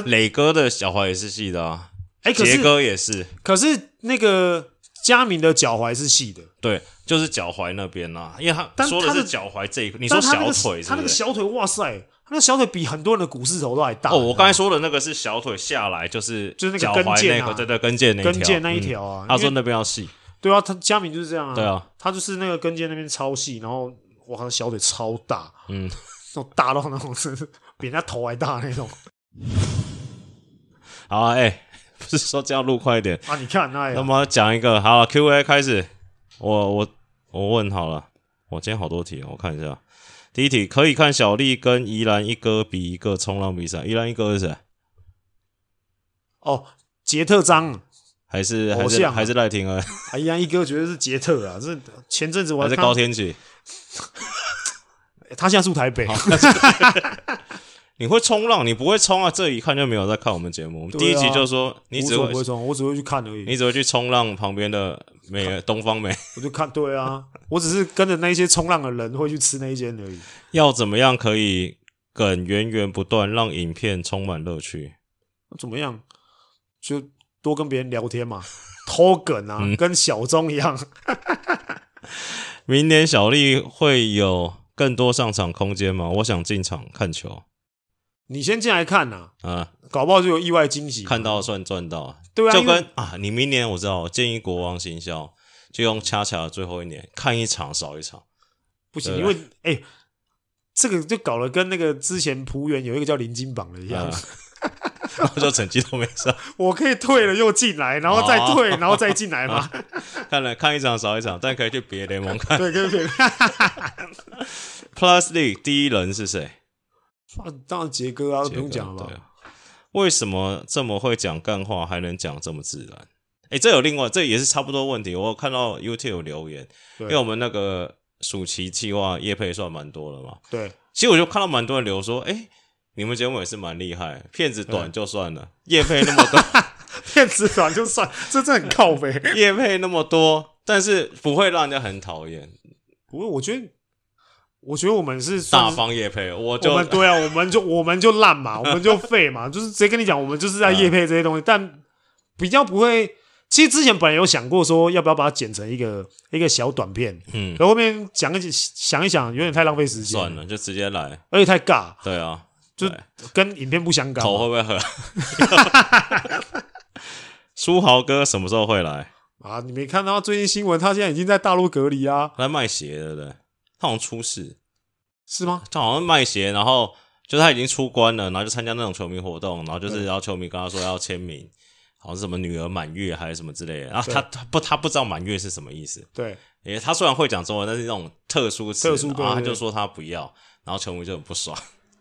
Speaker 2: 磊哥的脚踝也是细的啊，
Speaker 1: 哎、可
Speaker 2: 杰
Speaker 1: 是
Speaker 2: 哥也是。
Speaker 1: 可是那个佳明的脚踝是细的，
Speaker 2: 对，就是脚踝那边啦、因为他
Speaker 1: 但
Speaker 2: 说
Speaker 1: 他
Speaker 2: 是
Speaker 1: 的
Speaker 2: 脚踝这一块，你
Speaker 1: 你
Speaker 2: 说小腿是
Speaker 1: 他那
Speaker 2: 不
Speaker 1: 个
Speaker 2: 是？
Speaker 1: 小腿，哇塞，他那个小腿比很多人的股市头都还大。
Speaker 2: 哦，我刚才说的那个是小腿下来，就是
Speaker 1: 就是那个
Speaker 2: 脚踝
Speaker 1: 跟腱啊
Speaker 2: 那个，对对，跟腱那一条，
Speaker 1: 跟腱那一
Speaker 2: 嗯。
Speaker 1: 条啊，
Speaker 2: 他说
Speaker 1: 因为
Speaker 2: 那边要细，
Speaker 1: 对啊，他佳明就是这样啊，
Speaker 2: 对啊，
Speaker 1: 他就是那个跟腱那边超细，然后哇，他小腿超大，
Speaker 2: 嗯，
Speaker 1: 那种大到那种是比人家头还大那种
Speaker 2: 好啊，哎、 不是说这样录快一点，
Speaker 1: 啊！你看那
Speaker 2: 那
Speaker 1: 呀，
Speaker 2: 么讲一个，好，Q&A 开始，我我我问好了，我今天好多题哦，我看一下，第一题可以看小丽跟宜兰一哥比一个冲浪比赛，宜兰一哥是谁？
Speaker 1: 哦，杰特张，
Speaker 2: 还是
Speaker 1: 偶
Speaker 2: 还是
Speaker 1: 像啊
Speaker 2: 还是赖廷恩，
Speaker 1: 哎呀，一哥绝对是杰特啊！这前阵子我
Speaker 2: 还
Speaker 1: 还
Speaker 2: 是
Speaker 1: 看
Speaker 2: 高天启？
Speaker 1: 他现在住台北，
Speaker 2: 你会冲浪，你不会冲啊！这一看就没有在看我们节目。我们
Speaker 1: 对啊
Speaker 2: 第一集就说你
Speaker 1: 我
Speaker 2: 只
Speaker 1: 怎么
Speaker 2: 会
Speaker 1: 不会冲，我只会去看而已，
Speaker 2: 你只会去冲浪旁边的美东方美，
Speaker 1: 我就看，对啊，我只是跟着那些冲浪的人会去吃那一间而已。
Speaker 2: 要怎么样可以梗源源不断，让影片充满乐趣？
Speaker 1: 怎么样？就多跟别人聊天嘛，偷梗啊，
Speaker 2: 嗯
Speaker 1: 跟小钟一样。
Speaker 2: 明年小丽会有更多上场空间吗？我想进场看球
Speaker 1: 你先进来看呐、
Speaker 2: 啊，
Speaker 1: 搞不好就有意外惊喜。
Speaker 2: 看到算赚到，
Speaker 1: 对啊，
Speaker 2: 就
Speaker 1: 因为
Speaker 2: 跟啊，你明年我知道，我建议国王行销就用恰恰的最后一年看一场少一场，
Speaker 1: 不行，
Speaker 2: 对
Speaker 1: 因为哎、这个就搞得跟那个之前浦原有一个叫林金榜的一样，
Speaker 2: 啊 然后就成绩都没上。
Speaker 1: 我可以退了又进来，然后再
Speaker 2: 哦啊
Speaker 1: 退，然后再进来嘛。
Speaker 2: 看了看一场少一场，但可以去别联盟看。
Speaker 1: 对，对对。
Speaker 2: Plus League 第一人是谁？
Speaker 1: 啊当然杰哥啊，不用讲了
Speaker 2: 杰哥对
Speaker 1: 吧？
Speaker 2: 啊为什么这么会讲干话，还能讲这么自然？哎、这有另外，这也是差不多问题。我有看到 YouTube 有留言，因
Speaker 1: 对
Speaker 2: 为我们那个暑期计划业配算蛮多了嘛。
Speaker 1: 对，
Speaker 2: 其实我就看到蛮多人留说，哎、你们节目也是蛮厉害，片子短就算了，业配那么 多，
Speaker 1: 骗子短就算，这真的很靠背。
Speaker 2: 业配那么多，但是不会让人家很讨厌。
Speaker 1: 不过我觉得，我觉得我们是算
Speaker 2: 大
Speaker 1: 是
Speaker 2: 方业配，我 就
Speaker 1: 我们对啊，我们就我们就烂
Speaker 2: 嗯
Speaker 1: 嘛，我们就废嘛，就是直接跟你讲，我们就是在夜配这些东西，但比较不会其实之前本来有想过说要不要把它剪成一个一个小短片，
Speaker 2: 嗯，
Speaker 1: 可后面讲一想一想，有点太浪费时间，
Speaker 2: 算，了，就直接来。
Speaker 1: 而且太尬，
Speaker 2: 对啊，
Speaker 1: 就
Speaker 2: 对
Speaker 1: 跟影片不相干嘛。
Speaker 2: 头会不 会很？书豪哥什么时候会来？
Speaker 1: 啊，你没看到最近新闻，他现在已经在大陆隔离啊，
Speaker 2: 他在卖鞋，对不对？他好像出事，
Speaker 1: 是吗？
Speaker 2: 他好像卖鞋，然后就他已经出关了，然后就参加那种球迷活动，然后就是要球迷跟他说要签名，好像是什么女儿满月还是什么之类的，然后他他不他不知道满月是什么意思，
Speaker 1: 对，
Speaker 2: 因为他虽然会讲中文，但是那种特殊词，
Speaker 1: 特殊对
Speaker 2: 然后他
Speaker 1: 对
Speaker 2: 就
Speaker 1: 对
Speaker 2: 说他不要，然后球迷就很不爽，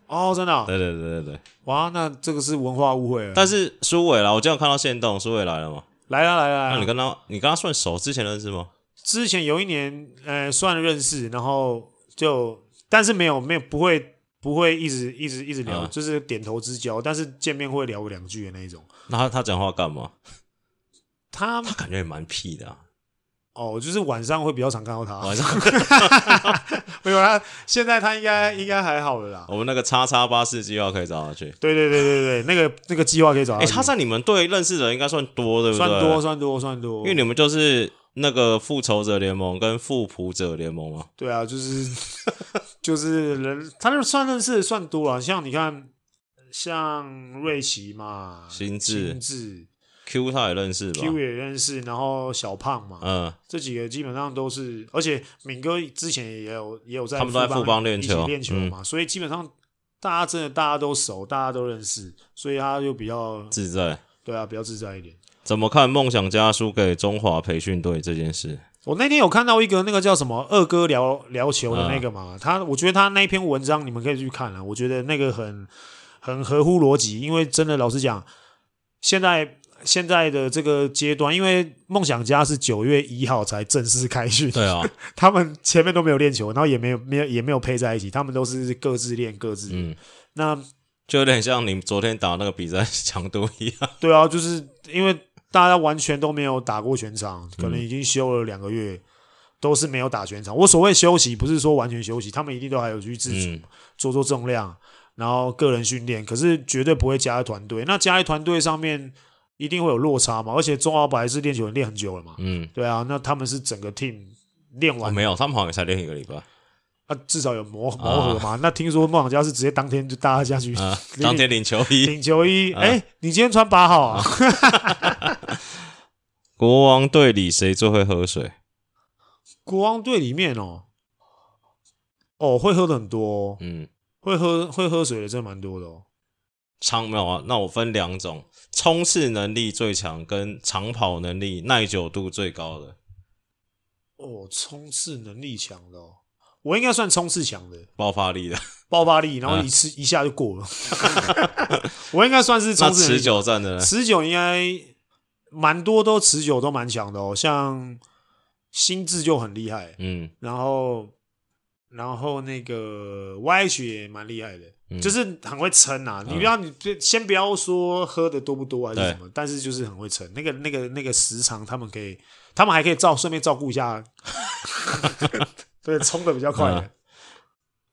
Speaker 1: 哦，真的啊、
Speaker 2: 对对对对对，
Speaker 1: 哇，那这个是文化误会了。
Speaker 2: 但是苏伟啦，我今天有看到线动，苏伟来了吗？
Speaker 1: 来啦来啦来
Speaker 2: 那你
Speaker 1: 啦，
Speaker 2: 跟他你跟他算熟，之前认识吗？
Speaker 1: 之前有一年，呃，算认识，然后就，但是没有没有不会不会一直一直一直聊，
Speaker 2: 嗯
Speaker 1: 就是点头之交，但是见面会聊个两句的那一种。
Speaker 2: 那他他讲话干嘛？
Speaker 1: 他
Speaker 2: 他感觉也蛮屁 的、啊，
Speaker 1: 哦，就是晚上会比较常看到他，
Speaker 2: 晚上
Speaker 1: 没有他现在他应该应该还好了啦。
Speaker 2: 我们那个叉叉巴士计划可以找他去。
Speaker 1: 对对对对对，那个那个计划可以找
Speaker 2: 哎、
Speaker 1: 他去。
Speaker 2: 他在你们队认识的人应该算多，对不对？
Speaker 1: 算多，算多算多，
Speaker 2: 因为你们就是那个复仇者联盟跟复仇者联盟嘛。
Speaker 1: 对啊，就是 就是人，他就算认识的算多了。像你看，像瑞奇嘛，
Speaker 2: 新智
Speaker 1: 新智
Speaker 2: Q 他也认识吧？
Speaker 1: Q 也认识，然后小胖嘛，
Speaker 2: 嗯，
Speaker 1: 这几个基本上都是。而且敏哥之前也有也有在
Speaker 2: 他们都在
Speaker 1: 富
Speaker 2: 富邦练
Speaker 1: 一起
Speaker 2: 球嗯
Speaker 1: 练球嘛，所以基本上大家真的大家都熟，大家都认识，所以他就比较
Speaker 2: 自在。
Speaker 1: 对啊，比较自在一点。
Speaker 2: 怎么看梦想家输给中华培训队这件事？
Speaker 1: 我那天有看到一个那个叫什么二哥聊聊球的
Speaker 2: 嗯
Speaker 1: 那个嘛，他我觉得他那篇文章你们可以去看了、啊我觉得那个很很合乎逻辑，因为真的老实讲，现在现在的这个阶段，因为梦想家是九月一号才正式开训，
Speaker 2: 对啊，
Speaker 1: 他们前面都没有练球，然后也没有没有也没有配在一起，他们都是各自练各自。
Speaker 2: 嗯，
Speaker 1: 那
Speaker 2: 就有点像你昨天打那个比赛强度一样。
Speaker 1: 对啊，就是因为大家完全都没有打过全场，可能已经休了两个月，都是没有打全场。我所谓休息，不是说完全休息，他们一定都还有去自主、
Speaker 2: 嗯，
Speaker 1: 做做重量，然后个人训练，可是绝对不会加在团队。那加在团队上面一定会有落差嘛，而且中华白是练球员练很久了嘛，
Speaker 2: 嗯，
Speaker 1: 对啊，那他们是整个 team 练
Speaker 2: 哦、
Speaker 1: 完。
Speaker 2: 没有，他们好像也才练一个礼 拜，
Speaker 1: 啊，至少有磨磨合嘛。那听说梦想家是直接当天就大家下去
Speaker 2: 啊、
Speaker 1: 领
Speaker 2: 当天领啊球衣。
Speaker 1: 领球衣，哎、你今天穿八号啊？
Speaker 2: 国王队里谁最会喝水？
Speaker 1: 国王队里面哦，哦，会喝的很多哦、
Speaker 2: 嗯，
Speaker 1: 会喝会喝水的真的蛮多的哦。
Speaker 2: 长没有啊？那我分两种，冲刺能力最强跟长跑能力耐久度最高的。
Speaker 1: 哦，冲刺能力强的哦，我应该算冲刺强的，
Speaker 2: 爆发力的，
Speaker 1: 爆发
Speaker 2: 啊
Speaker 1: 力，然后一次、一下就过了。 我应该算是
Speaker 2: 那
Speaker 1: 冲刺能力
Speaker 2: 持久战的呢？
Speaker 1: 持久应该蛮多都持久都蛮强的哦，像心智就很厉害，
Speaker 2: 嗯，
Speaker 1: 然后然后那个 YH 也蛮厉害的，
Speaker 2: 嗯
Speaker 1: 就是很会撑啊。你不要你这先不要说喝的多不多还是
Speaker 2: 对
Speaker 1: 什么，但是就是很会撑。那个那个那个时长，他们可以，他们还可以照顺便照顾一 下，对，冲的比较快的。
Speaker 2: 嗯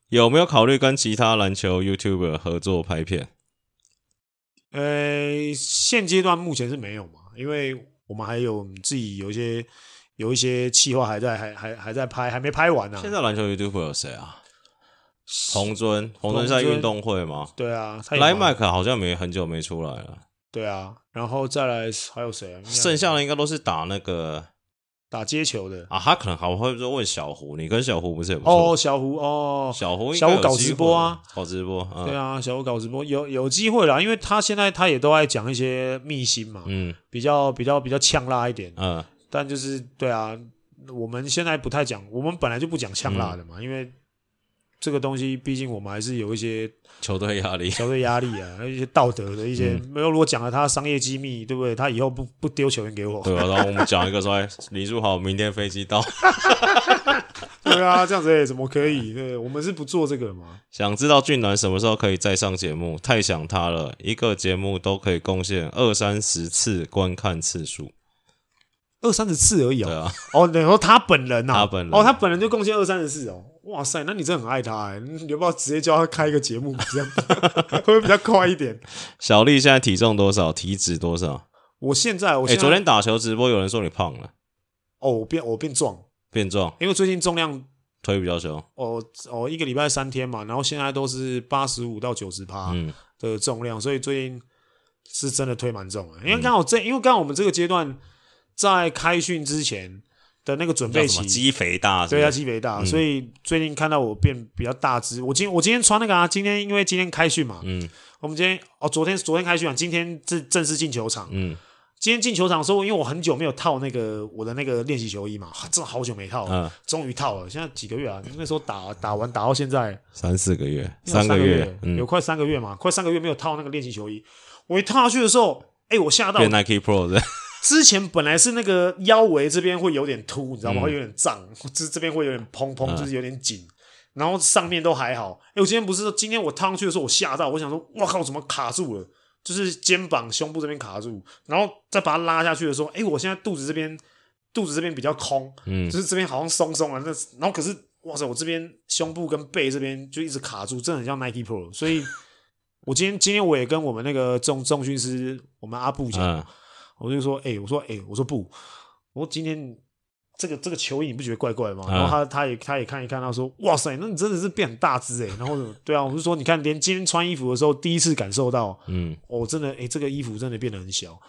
Speaker 2: 有没有考虑跟其他篮球 YouTuber 合作拍片？嗯
Speaker 1: 呃，现阶段目前是没有嘛，因为我们还有自己有一些有一些企划还在还还还在拍，还没拍完啊呢、
Speaker 2: 现在篮球 YouTuber 有谁啊？洪尊，洪尊在运动会吗？
Speaker 1: 对啊，他也
Speaker 2: 莱
Speaker 1: 忙
Speaker 2: 麦克好像没很久没出来了，
Speaker 1: 对啊，然后再来还有谁啊？应该
Speaker 2: 剩下的应该都是打那个
Speaker 1: 打接球的
Speaker 2: 啊，他可能还会说问小胡，你跟小胡不是也不错？
Speaker 1: 哦，小胡哦，
Speaker 2: 小胡应
Speaker 1: 小
Speaker 2: 该
Speaker 1: 胡
Speaker 2: 有
Speaker 1: 搞
Speaker 2: 机
Speaker 1: 直
Speaker 2: 会
Speaker 1: 播啊，
Speaker 2: 搞直播，嗯、
Speaker 1: 对啊，小胡搞直播有有机会啦，因为他现在他也都爱讲一些秘辛嘛，
Speaker 2: 嗯
Speaker 1: 比较比较比较呛辣一点，
Speaker 2: 嗯，
Speaker 1: 但就是对啊，我们现在不太讲，我们本来就不讲呛辣的嘛，
Speaker 2: 嗯
Speaker 1: 因为这个东西毕竟我们还是有一些
Speaker 2: 球队压力，
Speaker 1: 消费压力啊，还 有一些道德的一些，
Speaker 2: 嗯
Speaker 1: 没有如果讲了他商业机密，对不对？他以后不不丢球员给我，
Speaker 2: 对啊，然后我们讲一个说，哎，李书豪明天飞机到，
Speaker 1: 对啊，这样子也怎么可以？对，我们是不做这个嘛。
Speaker 2: 想知道俊男什么时候可以再上节目？太想他了，一个节目都可以贡献二三十次观看次数。
Speaker 1: 二三十次而已
Speaker 2: 对
Speaker 1: 哦，
Speaker 2: 啊，
Speaker 1: 哦，等于说他本人呐、
Speaker 2: 他本人
Speaker 1: 哦，他本人就贡献二三十次哦，哇塞，那你真的很爱他哎，你要不要直接叫他开一个 节目，这样会不会比较快一点？
Speaker 2: 小丽现在体重多少？体脂多少？
Speaker 1: 我现在我
Speaker 2: 哎、
Speaker 1: 现在、
Speaker 2: 昨天打球直播有人说你胖了，
Speaker 1: 哦，我变我变壮，
Speaker 2: 变壮，
Speaker 1: 因为最近重量
Speaker 2: 腿比较粗。
Speaker 1: 哦哦一个礼拜三天嘛，然后现在都是八十五到九十趴
Speaker 2: 嗯，
Speaker 1: 的重量，所以最近是真的推蛮重的。因
Speaker 2: 嗯
Speaker 1: 为刚好这，因为刚好我们这个阶段在开训之前的那个准
Speaker 2: 叫
Speaker 1: 备
Speaker 2: 什么
Speaker 1: 期，
Speaker 2: 肌肥大是不
Speaker 1: 对啊
Speaker 2: 是？
Speaker 1: 要肌肥大，
Speaker 2: 嗯
Speaker 1: 所以最近看到我变比较大只。我今我今天穿那个啊，今天因为今天开训嘛，
Speaker 2: 嗯
Speaker 1: 我们今天哦昨天昨天开训嘛，今天正正式进球场。
Speaker 2: 嗯
Speaker 1: 今天进球场的时候，因为我很久没有套那个我的那个练习球衣嘛，真的好久没套了，
Speaker 2: 嗯，
Speaker 1: 终于套了。现在几个月啊？那时候打打完打到现在
Speaker 2: 三四个月，
Speaker 1: 要
Speaker 2: 个
Speaker 1: 个有
Speaker 2: 嗯，
Speaker 1: 快三个月嘛，快三个月没有套那个练习球衣。我一套下去的时候，哎、我吓到
Speaker 2: 变，Nike Pro 的，
Speaker 1: 之前本来是那个腰围这边会有点凸，你知道吗？会有点胀，这这边会有点蓬蓬，就是有点紧。然后上面都还好。哎、我今天不是今天我趟上去的时候，我吓到，我想说，哇靠，怎么卡住了？就是肩膀、胸部这边卡住，然后再把它拉下去的时候，哎、我现在肚子这边，肚子这边比较空，
Speaker 2: 嗯
Speaker 1: 就是这边好像松松啊。那然后可是，哇塞，我这边胸部跟背这边就一直卡住，真的很像 Nike Pro。所以，我今天今天我也跟我们那个重重训师，我们阿布讲，
Speaker 2: 嗯，
Speaker 1: 我就说，哎、我说，哎、我说不，我说今天这个这个球衣你不觉得怪怪的吗？
Speaker 2: 嗯
Speaker 1: 然后他他也他也看一看，他说，哇塞，那你真的是变很大只哎、然后我对啊，我就说，你看，连今天穿衣服的时候，第一次感受到，
Speaker 2: 嗯
Speaker 1: 哦，真的，哎、这个衣服真的变得很小。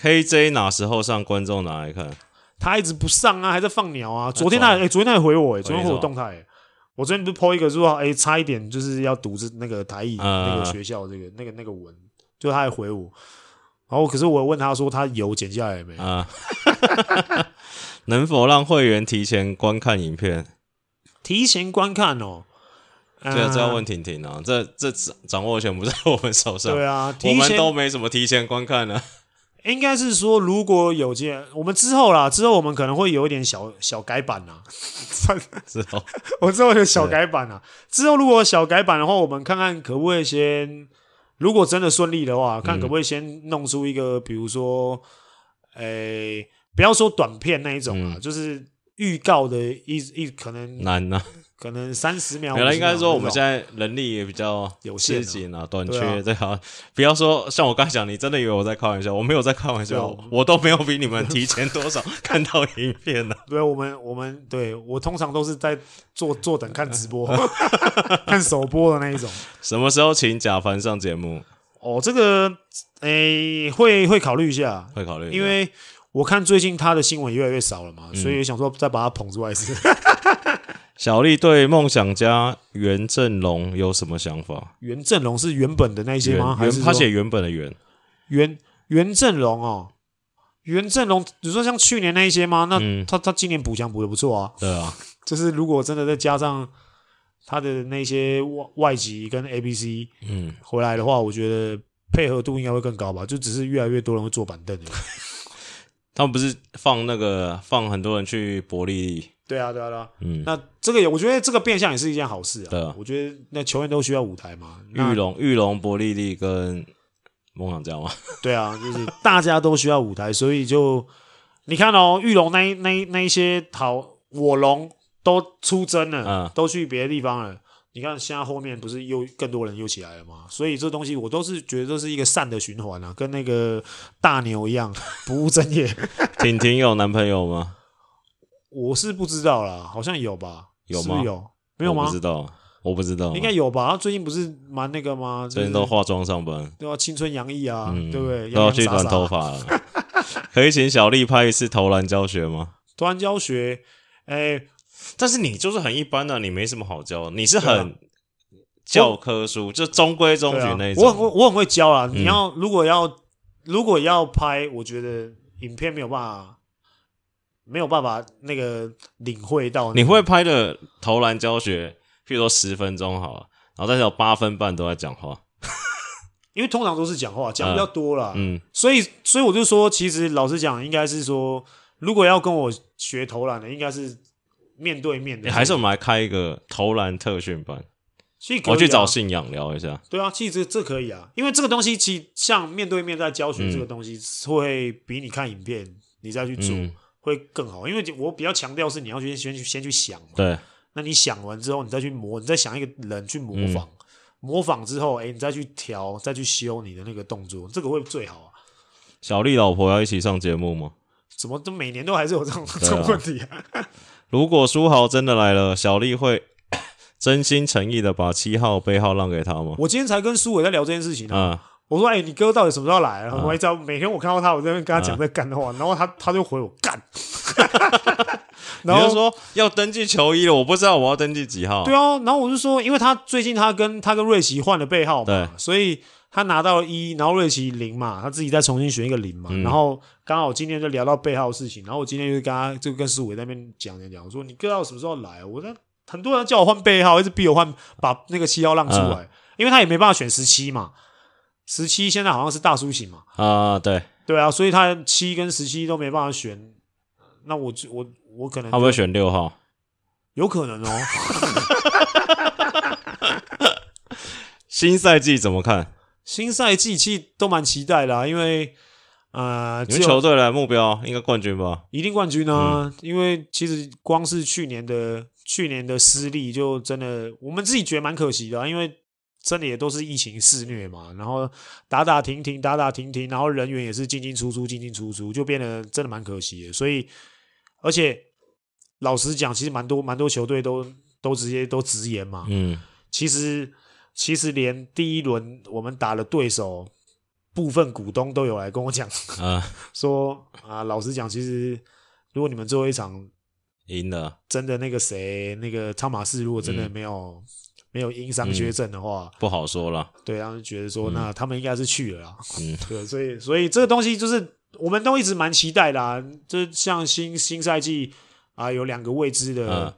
Speaker 2: ，KJ 哪时候上观众拿来看？
Speaker 1: 他一直不上啊，还在放鸟啊。昨天他，哎、昨天他也回我、哎，昨天回
Speaker 2: 什
Speaker 1: 我
Speaker 2: 么
Speaker 1: 动态、哎我昨天不是 po 一个说，哎、差一点就是要读这那个台艺、
Speaker 2: 嗯
Speaker 1: 那个学校这个那个那个文，就他也回我。然后可是我问他说，他油剪下来没？
Speaker 2: 啊， 能否让会员提前观看影片？
Speaker 1: 提前观看哦。
Speaker 2: 这
Speaker 1: 呃
Speaker 2: 个这要问婷婷啊，这这掌掌握权不在我们手上，
Speaker 1: 对啊，
Speaker 2: 我
Speaker 1: 提
Speaker 2: 们
Speaker 1: 前
Speaker 2: 都没什么提前观看啊 呢。
Speaker 1: 应该是说，如果有件我们之后啦，之后我们可能会有一点小小改版啊 啦。
Speaker 2: 之后，
Speaker 1: 我之后有小改版啊，之后如果有小改版的话，我们看看可不可以先，如果真的顺利的话，看可不可以先弄出一个，比如说，诶、不要说短片那一种
Speaker 2: 嗯
Speaker 1: 啊，就是预告的一一可能
Speaker 2: 难呐、
Speaker 1: 可能三十秒，
Speaker 2: 原来应该说我们现
Speaker 1: 在
Speaker 2: 在人力也比较
Speaker 1: 有限啊
Speaker 2: 吃紧啊，短
Speaker 1: 对啊
Speaker 2: 缺，对啊，不要说像我刚才讲，你真的以为我在开玩笑，我没有在开玩
Speaker 1: 对啊
Speaker 2: 笑
Speaker 1: 我，们
Speaker 2: 我都没有比你们提前多少 看到影片啊呢、
Speaker 1: 对我们我们对我通常都是在坐坐等看直 播、 看首播的那一种。
Speaker 2: 什么时候请贾凡上节目？
Speaker 1: 哦，这个诶、会会考虑一下，
Speaker 2: 会考虑一下，
Speaker 1: 因为我看最近他的新闻越来越少了
Speaker 2: 嗯
Speaker 1: 嘛，所以想说再把他捧出来一次。
Speaker 2: 小丽对梦想家袁振龙有什么想法？
Speaker 1: 袁振龙是原本的那些
Speaker 2: 原
Speaker 1: 吗？还是
Speaker 2: 原他
Speaker 1: 说
Speaker 2: 写原本的原，
Speaker 1: 袁袁振龙哦？袁振龙，你说像去年那一些吗？那
Speaker 2: 嗯
Speaker 1: 他、他今年补强补的不错啊，
Speaker 2: 对啊，
Speaker 1: 就是如果真的再加上他的那些外外籍跟 A B C
Speaker 2: 嗯，
Speaker 1: 回来的话，我觉得配合度应该会更高吧。就只是越来越多人会坐板凳而已。
Speaker 2: 他们不是放那个放很多人去伯利，
Speaker 1: 对啊，对啊，对啊。
Speaker 2: 嗯，
Speaker 1: 那这个也，我觉得这个变相也是一件好事啊。
Speaker 2: 对啊
Speaker 1: 我觉得那球员都需要舞台嘛。那
Speaker 2: 玉龙、玉龙、伯利利跟梦想家吗？
Speaker 1: 对啊，就是大家都需要舞台，所以就你看哦，玉龙那一那一那一些好我龙都出征了，
Speaker 2: 嗯
Speaker 1: 都去别的地方了。你看现在后面不是又更多人又起来了吗？所以这东西我都是觉得这是一个善的循环啊，跟那个大牛一样，不务正业。
Speaker 2: 婷婷有男朋友吗？
Speaker 1: 我是不知道啦，好像有吧？
Speaker 2: 有
Speaker 1: 是不
Speaker 2: 吗
Speaker 1: 是有没有
Speaker 2: 我
Speaker 1: 吗
Speaker 2: 不知？道，我不知道。
Speaker 1: 应该有吧？他最近不是蛮那个吗？
Speaker 2: 最近
Speaker 1: 就
Speaker 2: 都
Speaker 1: 是
Speaker 2: 化妆上班，
Speaker 1: 对啊，青春洋溢啊，
Speaker 2: 嗯，
Speaker 1: 对不对？
Speaker 2: 都要去
Speaker 1: 洋洋洒洒
Speaker 2: 短头发了。 可以请小丽拍一次投篮教学吗？
Speaker 1: 团教学，哎，
Speaker 2: 但是你就是很一般的，你没什么好教的，你是
Speaker 1: 对啊
Speaker 2: 很教科书，就中规中
Speaker 1: 对
Speaker 2: 矩
Speaker 1: 啊
Speaker 2: 那一
Speaker 1: 我很
Speaker 2: 种。嗯
Speaker 1: 会我很会教啦。你要、如果要如果要拍，我觉得影片没有办法没有办法那个领会到、
Speaker 2: 你会拍的投篮教学，譬如说十分钟好了，然后但是有八分半都在讲话。
Speaker 1: 因为通常都是讲话讲比较多啦，
Speaker 2: 嗯
Speaker 1: 所以所以我就说，其实老实讲，应该是说，如果要跟我学投篮的，应该是面对面的，
Speaker 2: 还是我们来开一个投篮特训班，
Speaker 1: 所以可以啊
Speaker 2: 我去找信仰聊一下。
Speaker 1: 对啊，其实这这可以啊，因为这个东西其实像面对面在教
Speaker 2: 嗯
Speaker 1: 学这个东西，会比你看影片你再去做。
Speaker 2: 嗯，
Speaker 1: 会更好，因为我比较强调是你要去先去先去想嘛，
Speaker 2: 对，
Speaker 1: 那你想完之后，你再去模，你再想一个人去模仿，
Speaker 2: 嗯
Speaker 1: 模仿之后，哎、你再去调，再去修你的那个动作，这个会最好啊。
Speaker 2: 小丽老婆要一起上节目吗？
Speaker 1: 怎么都每年都还是有这种、
Speaker 2: 啊
Speaker 1: 这种问题 啊？
Speaker 2: 如果书豪真的来了，小丽会 真心诚意的把七号杯号让给他吗？
Speaker 1: 我今天才跟苏伟在聊这件事情呢、
Speaker 2: 嗯，
Speaker 1: 我说：“哎、你哥到底什么时候来？”然后我一直要每天我看到他，我在那边跟他
Speaker 2: 嗯
Speaker 1: 讲这个干的话，然后他他就回我 干，
Speaker 2: 你
Speaker 1: 然后
Speaker 2: 就说要登记球衣了，我不知道我要登记几号。
Speaker 1: 对啊，然后我就说，因为他最近他跟他跟瑞奇换了背号
Speaker 2: 对
Speaker 1: 嘛，所以他拿到了一，然后瑞奇零嘛，他自己再重新选一个零嘛，
Speaker 2: 嗯
Speaker 1: 然后刚好今天就聊到背号的事情，然后我今天就跟他就跟思伟在那边讲讲讲，我说你哥要什么时候来？啊我说很多人叫我换背号，一直逼我换，把那个七号让出来，
Speaker 2: 嗯
Speaker 1: 因为他也没办法选十七嘛，十七现在好像是大苏醒嘛，
Speaker 2: 啊、对，
Speaker 1: 对啊，所以他七跟十七都没办法选，那我就我我可能
Speaker 2: 他不
Speaker 1: 就
Speaker 2: 会选六号。
Speaker 1: 有可能哦。
Speaker 2: 新赛季怎么看？
Speaker 1: 新赛季其实都蛮期待的、啊，因为呃，
Speaker 2: 你
Speaker 1: 只
Speaker 2: 们球嗯
Speaker 1: 有
Speaker 2: 队的目标应该冠军吧？
Speaker 1: 一定冠军啊。因为其实光是去年的去年的失利，就真的我们自己觉得蛮可惜的啊、因为真的也都是疫情肆虐嘛，然后打打停停，打打停停，然后人员也是进进出出，进进出出，就变得真的蛮可惜的。所以，而且老实讲，其实蛮多蛮多球队都都直接都直言嘛，
Speaker 2: 嗯，
Speaker 1: 其实其实连第一轮我们打了对手，部分股东都有来跟我讲
Speaker 2: 啊、
Speaker 1: 说啊，老实讲，其实如果你们最后一场
Speaker 2: 赢了，
Speaker 1: 真的那个谁，那个汤马斯如果真的没有、没有因伤缺阵的话，
Speaker 2: 不好说了。
Speaker 1: 对，他们觉得说、那他们应该是去了啦，啊
Speaker 2: 嗯
Speaker 1: 对，所以所以这个东西就是我们都一直蛮期待的、啊，就像新新赛季啊，有两个未知的。
Speaker 2: 嗯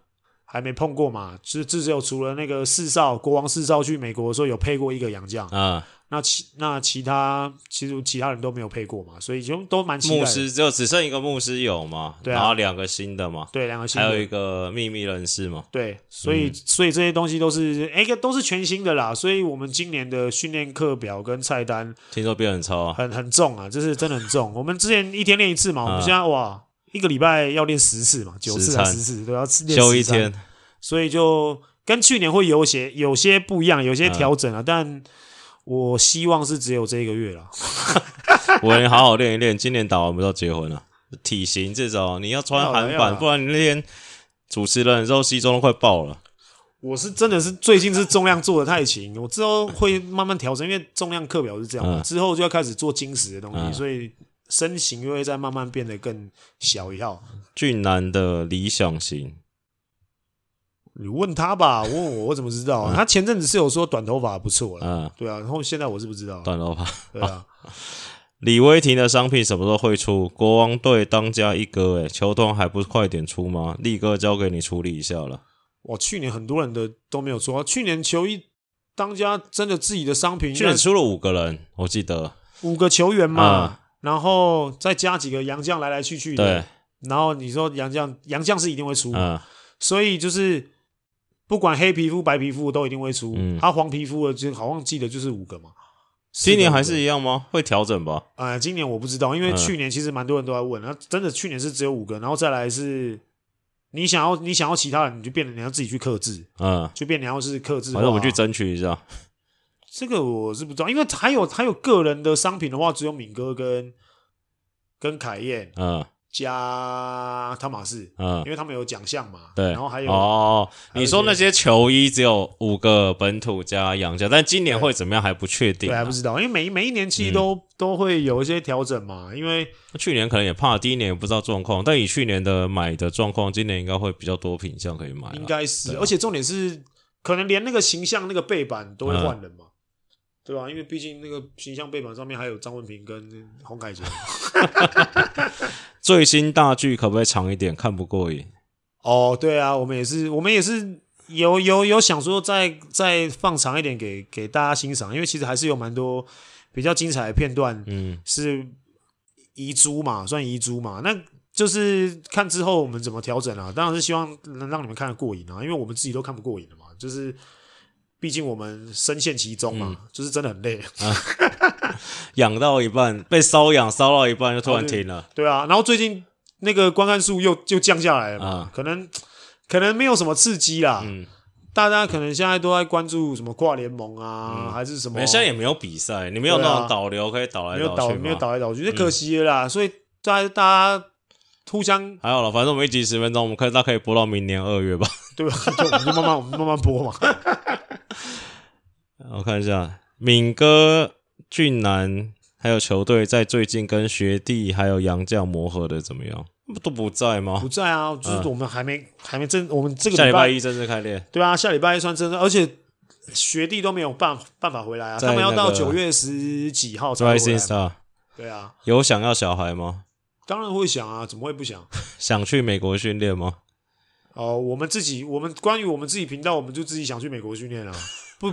Speaker 1: 还没碰过嘛，至至只有除了那个四少国王四少去美国的时候有配过一个洋将，
Speaker 2: 啊、
Speaker 1: 那其那其他其实其他人都没有配过嘛，所以就都蛮期待的
Speaker 2: 牧师只有只剩一个牧师有嘛，
Speaker 1: 对啊
Speaker 2: 然后两个新的嘛，
Speaker 1: 对两个新
Speaker 2: 还有
Speaker 1: 的
Speaker 2: 一嗯个秘密人士嘛。
Speaker 1: 对，所以、所以这些东西都是哎、个都是全新的啦，所以我们今年的训练课表跟菜单
Speaker 2: 听说变很超啊，
Speaker 1: 很很重啊，这是真的很重。我们之前一天练一次嘛，我们
Speaker 2: 啊
Speaker 1: 现在哇一个礼拜要练十次嘛，九次还啊
Speaker 2: 十
Speaker 1: 十次都要练
Speaker 2: 休
Speaker 1: 十
Speaker 2: 一
Speaker 1: 餐
Speaker 2: 天，
Speaker 1: 所以就跟去年会有些有些不一样，有些
Speaker 2: 嗯
Speaker 1: 调整啊，但我希望是只有这一个月了。
Speaker 2: 我也好好练一练。今年打完不知道结婚了，体型至少你要穿韩
Speaker 1: 要啦要啦
Speaker 2: 版，不然你那天主持人肉西装都快爆了。
Speaker 1: 我是真的是最近是重量做的太轻，我之后会慢慢调整，因为重量课表是这样嘛，
Speaker 2: 嗯
Speaker 1: 之后就要开始做精实的东西，
Speaker 2: 嗯
Speaker 1: 所以身形又会再慢慢变得更小一号。
Speaker 2: 俊男的理想型，
Speaker 1: 你问他吧，问我我怎么知道、啊？他前阵子是有说短头发不错了，
Speaker 2: 嗯，
Speaker 1: 对啊，然后现在我是不知道啊，
Speaker 2: 短头发。
Speaker 1: 对啊，
Speaker 2: 李威霆的商品什么时候会出？国王队当家一哥、欸，诶，球团还不快点出吗？力哥交给你处理一下了。
Speaker 1: 我去年很多人的都没有说，去年球衣当家真的自己的商品应
Speaker 2: 去
Speaker 1: 该
Speaker 2: 年出了五个人，我记得。
Speaker 1: 五个球员嘛，
Speaker 2: 嗯
Speaker 1: 然后再加几个洋将来来去去
Speaker 2: 对
Speaker 1: 的，，然后你说洋将，洋将是一定会出，
Speaker 2: 嗯，
Speaker 1: 所以就是不管黑皮肤白皮肤都一定会出，
Speaker 2: 嗯
Speaker 1: 他黄皮肤的就好像记得就是五个嘛。
Speaker 2: 今年还
Speaker 1: 四个五
Speaker 2: 是一样吗？会调整吧？
Speaker 1: 个呃，今年我不知道，因为
Speaker 2: 嗯
Speaker 1: 去年其实蛮多人都在问，那、啊真的去年是只有五个，然后再来是你想要你想要其他人，你就变得你要自己去克制，
Speaker 2: 嗯，
Speaker 1: 就变你要是克制。
Speaker 2: 反正我们去争取一下。
Speaker 1: 这个我是不知道，因为还有还有个人的商品的话，只有敏哥跟跟凯燕
Speaker 2: 嗯
Speaker 1: 加汤马士，
Speaker 2: 嗯
Speaker 1: 因，为他们有奖项嘛。
Speaker 2: 对。
Speaker 1: 然后还有、
Speaker 2: 哦，
Speaker 1: 还有一些
Speaker 2: 你说那些球衣只有五个本土加洋将，但今年会怎么样还不确定
Speaker 1: 对，
Speaker 2: 啊、
Speaker 1: 还不知道，因为每每一年
Speaker 2: 嗯
Speaker 1: 其实都、都会有一些调整嘛，因为
Speaker 2: 去年可能也怕，第一年也不知道状况，但以去年的买的状况，今年应该会比较多品相可以买啦。
Speaker 1: 应该是，
Speaker 2: 对啊
Speaker 1: 而且重点是，可能连那个形象那个背板都会换人嘛，
Speaker 2: 嗯
Speaker 1: 对吧、因为毕竟那个形象背板上面还有张文平跟洪凯杰。
Speaker 2: 最新大剧可不可以长一点？看不过瘾。
Speaker 1: 哦，对啊，我们也是，我们也是有有有想说再再放长一点给给大家欣赏，因为其实还是有蛮多比较精彩的片段
Speaker 2: 嗯，
Speaker 1: 是遗珠嘛，算遗珠嘛，那就是看之后我们怎么调整啊。当然是希望能让你们看得过瘾啊，因为我们自己都看不过瘾的嘛，就是毕竟我们深陷其中嘛，就是真的很累。
Speaker 2: 养到一半被瘙痒，瘙到一半就突然停了。
Speaker 1: 对啊，然后最近那个观看数又又降下来了嘛，
Speaker 2: 啊
Speaker 1: 可能可能没有什么刺激啦，
Speaker 2: 嗯
Speaker 1: 大家可能现在都在关注什么跨联盟啊，还是什么，
Speaker 2: 嗯没现在也没有比赛，你没有
Speaker 1: 对啊
Speaker 2: 那种导流可以导来
Speaker 1: 没有
Speaker 2: 去
Speaker 1: 倒
Speaker 2: 嘛嗯
Speaker 1: 没有倒来倒去，这可惜了啦。所以大家大家互相
Speaker 2: 还好了，反正我们一集十分钟，我们看到可以播到明年二月吧。
Speaker 1: 对吧？ 就我们就慢慢我们慢慢播嘛。
Speaker 2: 我看一下，敏哥、俊男还有球队在最近跟学弟还有杨将磨合的怎么样？都不在吗
Speaker 1: 不？在啊，就是我们还没、还没正，我们这
Speaker 2: 下
Speaker 1: 个
Speaker 2: 礼
Speaker 1: 礼
Speaker 2: 拜一正式开练，
Speaker 1: 对啊，下礼拜一算正式，而且学弟都没有办办法回来啊，
Speaker 2: 在
Speaker 1: 他们要到
Speaker 2: 那个
Speaker 1: 九月十几号才
Speaker 2: r
Speaker 1: 会
Speaker 2: i s
Speaker 1: 回
Speaker 2: i n
Speaker 1: 来嘛。
Speaker 2: Star
Speaker 1: 对啊，
Speaker 2: 有想要小孩吗？
Speaker 1: 当然会想啊，怎么会不想？
Speaker 2: 想去美国训练吗？
Speaker 1: 哦，我们自己，我们关于我们自己频道，我们就自己想去美国训练 啊。不，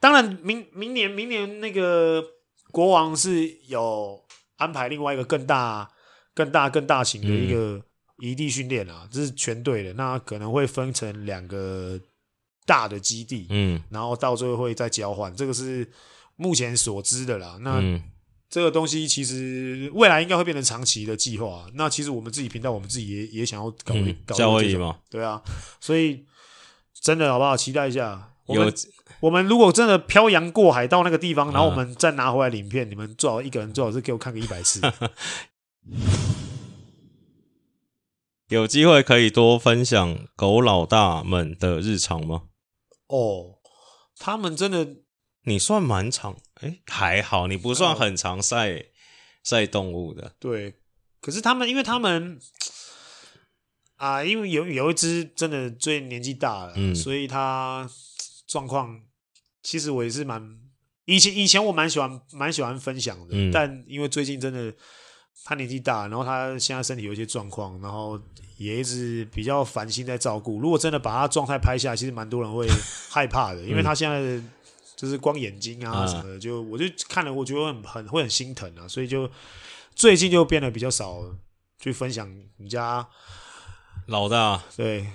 Speaker 1: 当然明明年明年那个国王是有安排另外一个更大、更大、更大型的一
Speaker 2: 嗯
Speaker 1: 个异地训练啊，这是全队的，那可能会分成两个大的基地，
Speaker 2: 嗯
Speaker 1: 然后到最后会再交换，这个是目前所知的啦。那
Speaker 2: 嗯，
Speaker 1: 这个东西其实未来应该会变成长期的计划啊。那其实我们自己频道，我们自己也也想要搞一、
Speaker 2: 嗯
Speaker 1: 搞一个
Speaker 2: 夏威
Speaker 1: 这
Speaker 2: 夷
Speaker 1: 种
Speaker 2: 嘛，
Speaker 1: 对啊，所以真的好不好？期待一下。我
Speaker 2: 有
Speaker 1: 们我们如果真的漂洋过海到那个地方，然后我们再拿回来影片，你们最好一个人最好是给我看个一百次。
Speaker 2: 有机会可以多分享狗老大们的日常吗？
Speaker 1: 哦，他们真的
Speaker 2: 你算蛮长，哎，还好，你不算很长晒晒动物的。
Speaker 1: 对，可是他们因为他们啊，因为有有一只真的最年纪大了，
Speaker 2: 嗯
Speaker 1: 所以他状况其实我也是蛮以前以前我蛮喜欢蛮喜欢分享的，
Speaker 2: 嗯
Speaker 1: 但因为最近真的他年纪大，然后他现在身体有一些状况，然后也一直比较烦心在照顾。如果真的把他状态拍下来，其实蛮多人会害怕 的，因为他现在的就是光眼睛啊
Speaker 2: 啊
Speaker 1: 什么的，就我就看了，我觉得很很会很心疼啊，所以就最近就变得比较少去分享你家
Speaker 2: 老大
Speaker 1: 对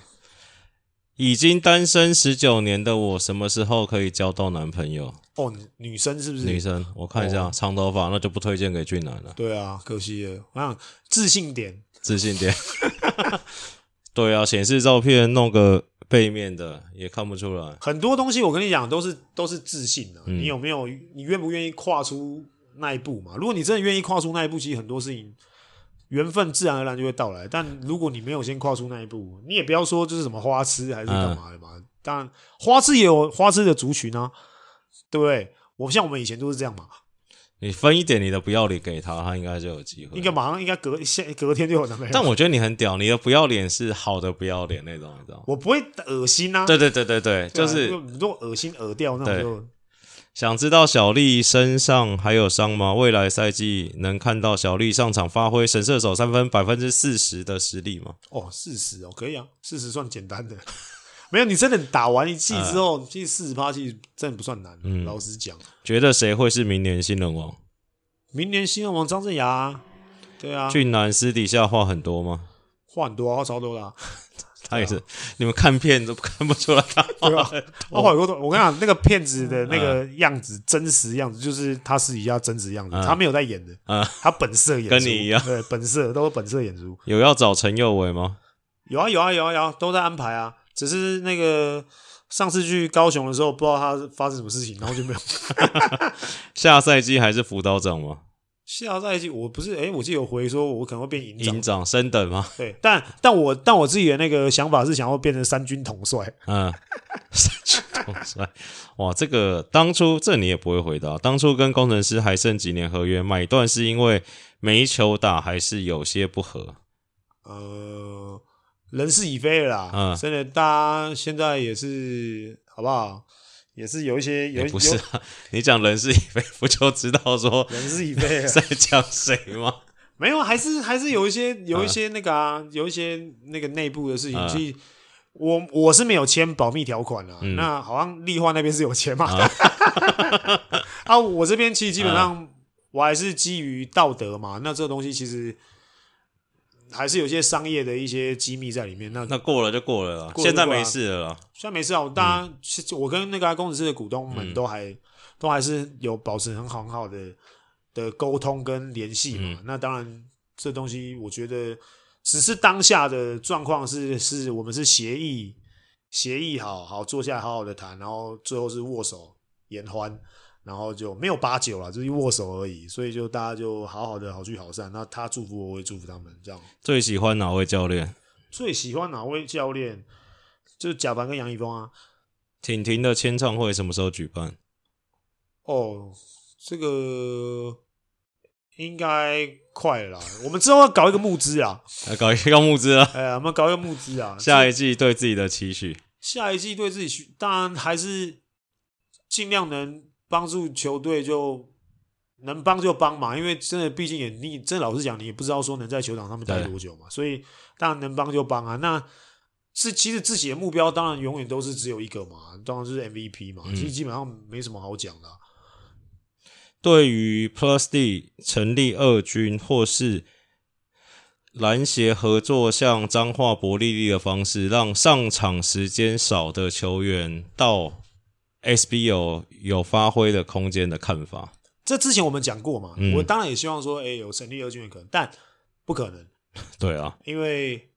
Speaker 2: 已经单身十九年的我，什么时候可以交到男朋友？
Speaker 1: 哦女女生是不是
Speaker 2: 女生，我看一下，
Speaker 1: 哦
Speaker 2: 长头发那就不推荐给俊男了，
Speaker 1: 对啊，可惜了，我想自信点
Speaker 2: 自信点。 对啊，显示照片弄个背面的也看不出来。
Speaker 1: 很多东西，我跟你讲，都是都是自信的、
Speaker 2: 嗯
Speaker 1: 你有没有，你愿不愿意跨出那一步嘛？如果你真的愿意跨出那一步，其实很多事情缘分自然而然就会到来。但如果你没有先跨出那一步，你也不要说就是什么花痴还是干嘛的嘛。当然，花痴也有花痴的族群啊，对不对？我像我们以前都是这样嘛，
Speaker 2: 你分一点你的不要脸给他，他应该就有机会
Speaker 1: 应。该马上应该隔下隔天就有男朋友。
Speaker 2: 但我觉得你很屌，你的不要脸是好的不要脸那种，你知道吗？
Speaker 1: 我不会恶心啊，
Speaker 2: 对对对对对，
Speaker 1: 对
Speaker 2: 就
Speaker 1: 啊
Speaker 2: 是
Speaker 1: 如果恶心恶掉那种
Speaker 2: 对
Speaker 1: 就。
Speaker 2: 想知道小丽身上还有伤吗？未来赛季能看到小丽上场发挥神射手三分百分之四十的实力吗？
Speaker 1: 哦，四十哦，可以啊，四十算简单的。 没有，你真的打完一季之后，其实四十趴其实真的不算难。
Speaker 2: 嗯
Speaker 1: 老实讲，
Speaker 2: 觉得谁会是明年新人王？
Speaker 1: 明年新人王张镇雅啊，对啊，
Speaker 2: 俊男私底下话很多吗？
Speaker 1: 话很多啊，话超多的、 啊，
Speaker 2: 他也是，你们看片都看不出来他话
Speaker 1: 对吧、啊？
Speaker 2: 哦
Speaker 1: 他话有多多，我跟你讲，那个骗子
Speaker 2: 嗯
Speaker 1: 的那个样子，真实样子就是他私底下真实样子，
Speaker 2: 嗯
Speaker 1: 他没有在演的，
Speaker 2: 嗯
Speaker 1: 他本色演出，
Speaker 2: 跟你一样
Speaker 1: 对，本色都是本色演出。
Speaker 2: 有要找陈佑伟吗？
Speaker 1: 有啊有啊有啊有啊，都在安排啊，只是那个上次去高雄的时候，不知道他发生什么事情，然后就没有
Speaker 2: 下赛季还是辅导长吗？
Speaker 1: 下赛季我不是哎、我记得有回说我可能会变营长，
Speaker 2: 营长升等吗？
Speaker 1: 对，但但我但我自己的那个想法是想要变成三军统帅，
Speaker 2: 嗯，三军统帅，哇，这个当初这你也不会回答。当初跟工程师还剩几年合约买断，是因为没球打，还是有些不合？
Speaker 1: 呃，人事已非了啦，
Speaker 2: 嗯
Speaker 1: 真的，大家现在也是好不好？也是有一些有
Speaker 2: 也
Speaker 1: 一
Speaker 2: 不是
Speaker 1: 有
Speaker 2: 啊，你讲人事已非，不就知道 说
Speaker 1: 人事已 非了，
Speaker 2: 在讲谁吗？
Speaker 1: 没有，还是还是有一些有一些那个啊，有一些那个内部的事情，
Speaker 2: 嗯
Speaker 1: 所以我我是没有签保密条款啊，
Speaker 2: 嗯
Speaker 1: 那好像立化那边是有签嘛， 啊，我这边其实基本
Speaker 2: 啊
Speaker 1: 上我还是基于道德嘛，那这个东西其实还是有一些商业的一些机密在里面。那
Speaker 2: 那过了就过了啦，
Speaker 1: 过了就
Speaker 2: 现在
Speaker 1: 过了
Speaker 2: 没事了啦。
Speaker 1: 虽然没事啊，我大家、其实我跟那个公司的股东们都还、都还是有保持很好很好的的沟通跟联系嘛。那当然，这东西我觉得只是当下的状况是是我们是协议协议好好坐下来好好的谈，然后最后是握手言欢，然后就没有八九了，就是握手而已，所以就大家就好好的好聚好散。那他祝福我，我也祝福他们，这样。
Speaker 2: 最喜欢哪位教练？
Speaker 1: 最喜欢哪位教练？就是贾凡跟杨一峰啊。
Speaker 2: 婷婷的签唱会什么时候举办？
Speaker 1: 哦，这个应该快了啦。我们之后要搞一个募资啊，
Speaker 2: 来搞一个募资啊！
Speaker 1: 哎呀，我们搞一个募资啊。
Speaker 2: 下一季对自己的期许，
Speaker 1: 下一季对自己需，当然还是尽量能帮助球队就。能帮就帮嘛，因为真的，毕竟也你真的老实讲，你也不知道说能在球场上面待
Speaker 2: 对
Speaker 1: 多久嘛，所以当然能帮就帮啊。那是其实自己的目标，当然永远都是只有一个嘛，当然就是 MVP 嘛，
Speaker 2: 嗯
Speaker 1: 其实基本上没什么好讲的啊、
Speaker 2: 对于 Plus D 成立二军或是篮协合作，像彰化伯利利的方式，让上场时间少的球员到 SBO 有发挥的空间的看法。
Speaker 1: 这之前我们讲过嘛，
Speaker 2: 嗯
Speaker 1: 我当然也希望说，哎，有成立二军的可能，但不可能，
Speaker 2: 对啊，
Speaker 1: 因为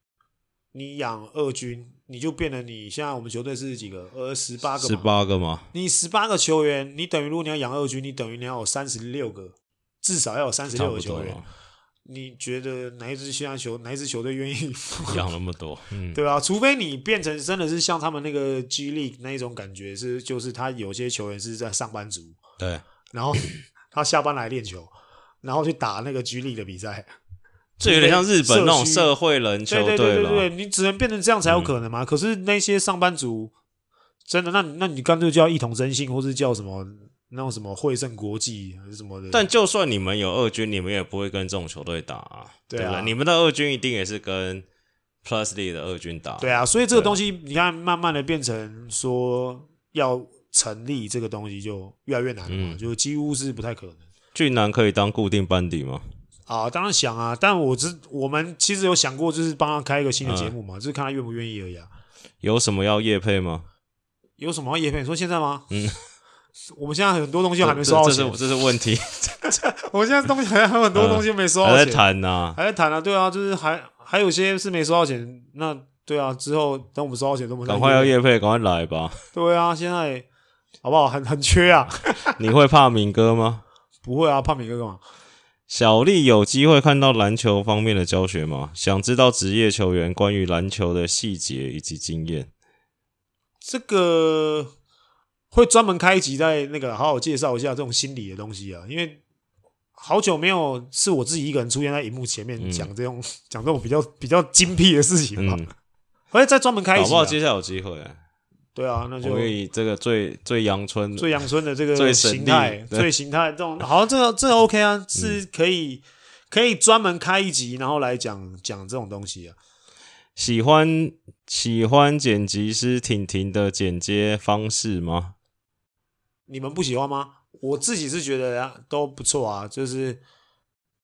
Speaker 1: 你养二军，你就变得你现在我们球队是几个？呃，十八个
Speaker 2: 十
Speaker 1: 嘛。
Speaker 2: 八个嘛，
Speaker 1: 你十八个球员，你等于如果你要养二军，你等于你要有三十六个，至少要有三十
Speaker 2: 差
Speaker 1: 六
Speaker 2: 不
Speaker 1: 个球
Speaker 2: 多啊
Speaker 1: 员
Speaker 2: 了。，
Speaker 1: 你觉得哪一支现在球哪一支球队愿意？
Speaker 2: 养那么多，嗯，
Speaker 1: 对啊，除非你变成真的是像他们那个 G League 那一种感觉，是就是他有些球员是在上班族，
Speaker 2: 对，
Speaker 1: 然后 他下班来练球，然后去打那个 G League 的比赛。
Speaker 2: 这有点像日本那种
Speaker 1: 社区
Speaker 2: 社会人球
Speaker 1: 对对对
Speaker 2: 队
Speaker 1: 对对，
Speaker 2: 了。嗯
Speaker 1: 你只能变成这样才有可能嘛。可是那些上班族，真的，那你那你干脆叫一统征信，或是叫什么那种什么汇盛国际还是什么的。
Speaker 2: 但就算你们有二军，你们也不会跟这种球队打、啊，
Speaker 1: 对啊
Speaker 2: 不你们的二军一定也是跟 Plus D 的二军打，
Speaker 1: 对啊，所以这个东西，你看，慢慢的变成说要成立这个东西，就越来越难了嘛，
Speaker 2: 嗯
Speaker 1: 就几乎是不太可能
Speaker 2: 俊男可以当固定班底吗？
Speaker 1: 啊。当然想啊，但我只我们其实有想过，就是帮他开一个
Speaker 2: 嗯
Speaker 1: 新的节目嘛，就是看他愿不愿意而已啊。
Speaker 2: 有什么要业配吗？
Speaker 1: 有什么要叶片？你说现在吗？
Speaker 2: 嗯，
Speaker 1: 我们现在很多东西还没
Speaker 2: 这
Speaker 1: 收到
Speaker 2: 这
Speaker 1: 钱，
Speaker 2: 是这是问 题，
Speaker 1: 我们现在东西还还有很多东西没收到
Speaker 2: 呃还在
Speaker 1: 钱，
Speaker 2: 谈呐、
Speaker 1: 还在谈啊，对啊，就是还还有些是没收到钱，那对啊，之后等我们收到钱，等我们再
Speaker 2: 赶快要
Speaker 1: 约
Speaker 2: 业配，赶快来吧！
Speaker 1: 对啊，现在好不好？很很缺啊，
Speaker 2: 你会怕敏哥吗？
Speaker 1: 不会啊，胖敏哥干嘛？
Speaker 2: 小丽有机会看到篮球方面的教学吗？想知道职业球员关于篮球的细节以及经验。
Speaker 1: 这个会专门开一集在那个好好介绍一下这种心理的东西啊，因为好久没有是我自己一个人出现在荧幕前面
Speaker 2: 嗯
Speaker 1: 讲这种、讲这种比较比较精辟的事情嘛，
Speaker 2: 嗯，
Speaker 1: 而且再专门开一
Speaker 2: 搞
Speaker 1: 集
Speaker 2: 不
Speaker 1: 啊、
Speaker 2: 好接下来有机会、
Speaker 1: 对啊，那
Speaker 2: 我
Speaker 1: 就
Speaker 2: 们以这个最最阳春
Speaker 1: 最阳春的这
Speaker 2: 最
Speaker 1: 个
Speaker 2: 省力
Speaker 1: 形态，
Speaker 2: 对嗯
Speaker 1: 最形态这种，好像这个这个 OK 啊，是可以、可以专门开一集，然后来讲讲这种东西啊。
Speaker 2: 喜欢喜欢剪辑师婷婷的剪接方式吗？
Speaker 1: 你们不喜欢吗？我自己是觉得啊都不错啊，就是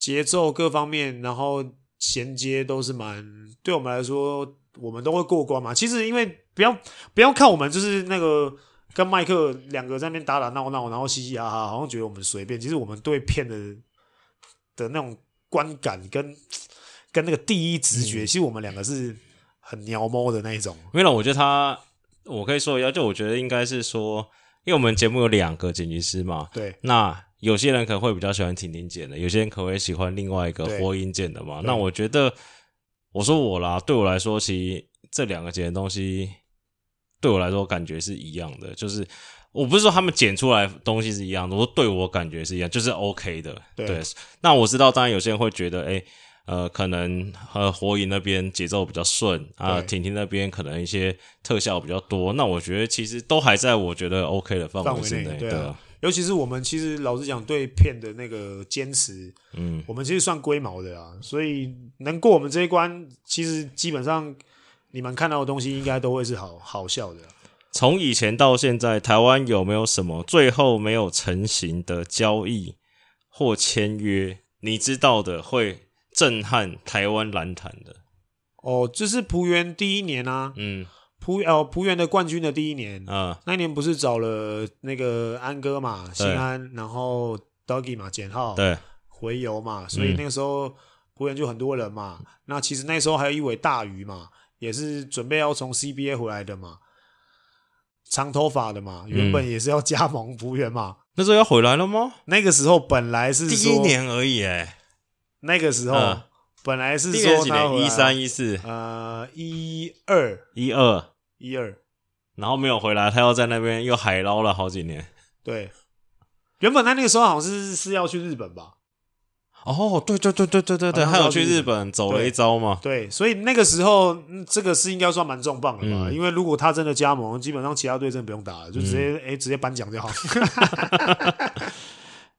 Speaker 1: 节奏各方面，然后衔接都是蛮对我们来说，我们都会过关嘛。其实因为不要不要看我们就是那个跟麦克两个在那边打打闹闹，然后嘻嘻哈哈，好像觉得我们随便。其实我们对片的的那种观感跟跟那个第一直觉，其实我们两个是很鸟猫的那一种。
Speaker 2: 没有，我觉得他，我可以说一下，就我觉得应该是说，因为我们节目有两个剪辑师嘛，
Speaker 1: 对
Speaker 2: 那有些人可能会比较喜欢婷婷剪的，有些人可能会喜欢另外一个
Speaker 1: 对
Speaker 2: 播音剪的嘛。那我觉得，我说我啦，对我来说，其实这两个剪的东西，对我来说感觉是一样的，就是。我不是说他们剪出来的东西是一样的，我说对我感觉是一样，就是 OK 的。
Speaker 1: 对
Speaker 2: 那我知道，当然有些人会觉得，哎、呃，可能呃，火影那边节奏比较顺啊，
Speaker 1: 对
Speaker 2: 婷婷那边可能一些特效比较多。那我觉得其实都还在我觉得 OK 的范
Speaker 1: 范
Speaker 2: 围
Speaker 1: 围
Speaker 2: 之
Speaker 1: 内
Speaker 2: 内，
Speaker 1: 对
Speaker 2: 对
Speaker 1: 啊
Speaker 2: 啊
Speaker 1: 尤其是我们其实老实讲，对片的那个坚持，
Speaker 2: 嗯，
Speaker 1: 我们其实算龟毛的啦，所以能过我们这一关，其实基本上你们看到的东西应该都会是好好笑的啦。啊
Speaker 2: 从以前到现在，台湾有没有什么最后没有成型的交易或签约？你知道的会震撼台湾篮坛的，
Speaker 1: 哦，这是浦原第一年啊，
Speaker 2: 嗯
Speaker 1: 浦哦浦原的冠军的第一年，
Speaker 2: 啊、
Speaker 1: 那一年不是找了那个安哥嘛，新安，然后 Doggy 嘛，简浩，
Speaker 2: 对，
Speaker 1: 回游
Speaker 2: 嗯
Speaker 1: 嘛，所以那个时候湖人就很多人嘛。那其实那时候还有一尾大鱼嘛，也是准备要从 CBA 回来的嘛。长头发的
Speaker 2: 嗯
Speaker 1: 嘛，原本也是要加盟服务员嘛。
Speaker 2: 那时候要回来了吗？
Speaker 1: 那个时候本来是
Speaker 2: 第
Speaker 1: 说
Speaker 2: 一，年而已、哎，
Speaker 1: 那个时候、
Speaker 2: 嗯
Speaker 1: 本来是
Speaker 2: 第一年
Speaker 1: 说
Speaker 2: 几
Speaker 1: 他
Speaker 2: 年？
Speaker 1: 回来
Speaker 2: 一三、一四、
Speaker 1: 呃一二
Speaker 2: 一二，
Speaker 1: 一二
Speaker 2: 然后没有回来，他又在那边又海捞了好几年。
Speaker 1: 对。原本他那个时候好像是是要去日本吧，
Speaker 2: 哦，对对对对对对对，
Speaker 1: 好像
Speaker 2: 还
Speaker 1: 是
Speaker 2: 有
Speaker 1: 要
Speaker 2: 去
Speaker 1: 去
Speaker 2: 日
Speaker 1: 日
Speaker 2: 本走了
Speaker 1: 对
Speaker 2: 一遭嘛。
Speaker 1: 对，所以那个时候、嗯这个是应该算蛮重磅的吧，
Speaker 2: 嗯
Speaker 1: 因为如果他真的加盟，基本上其他队真的不用打了，就直接哎、诶直接颁奖就好。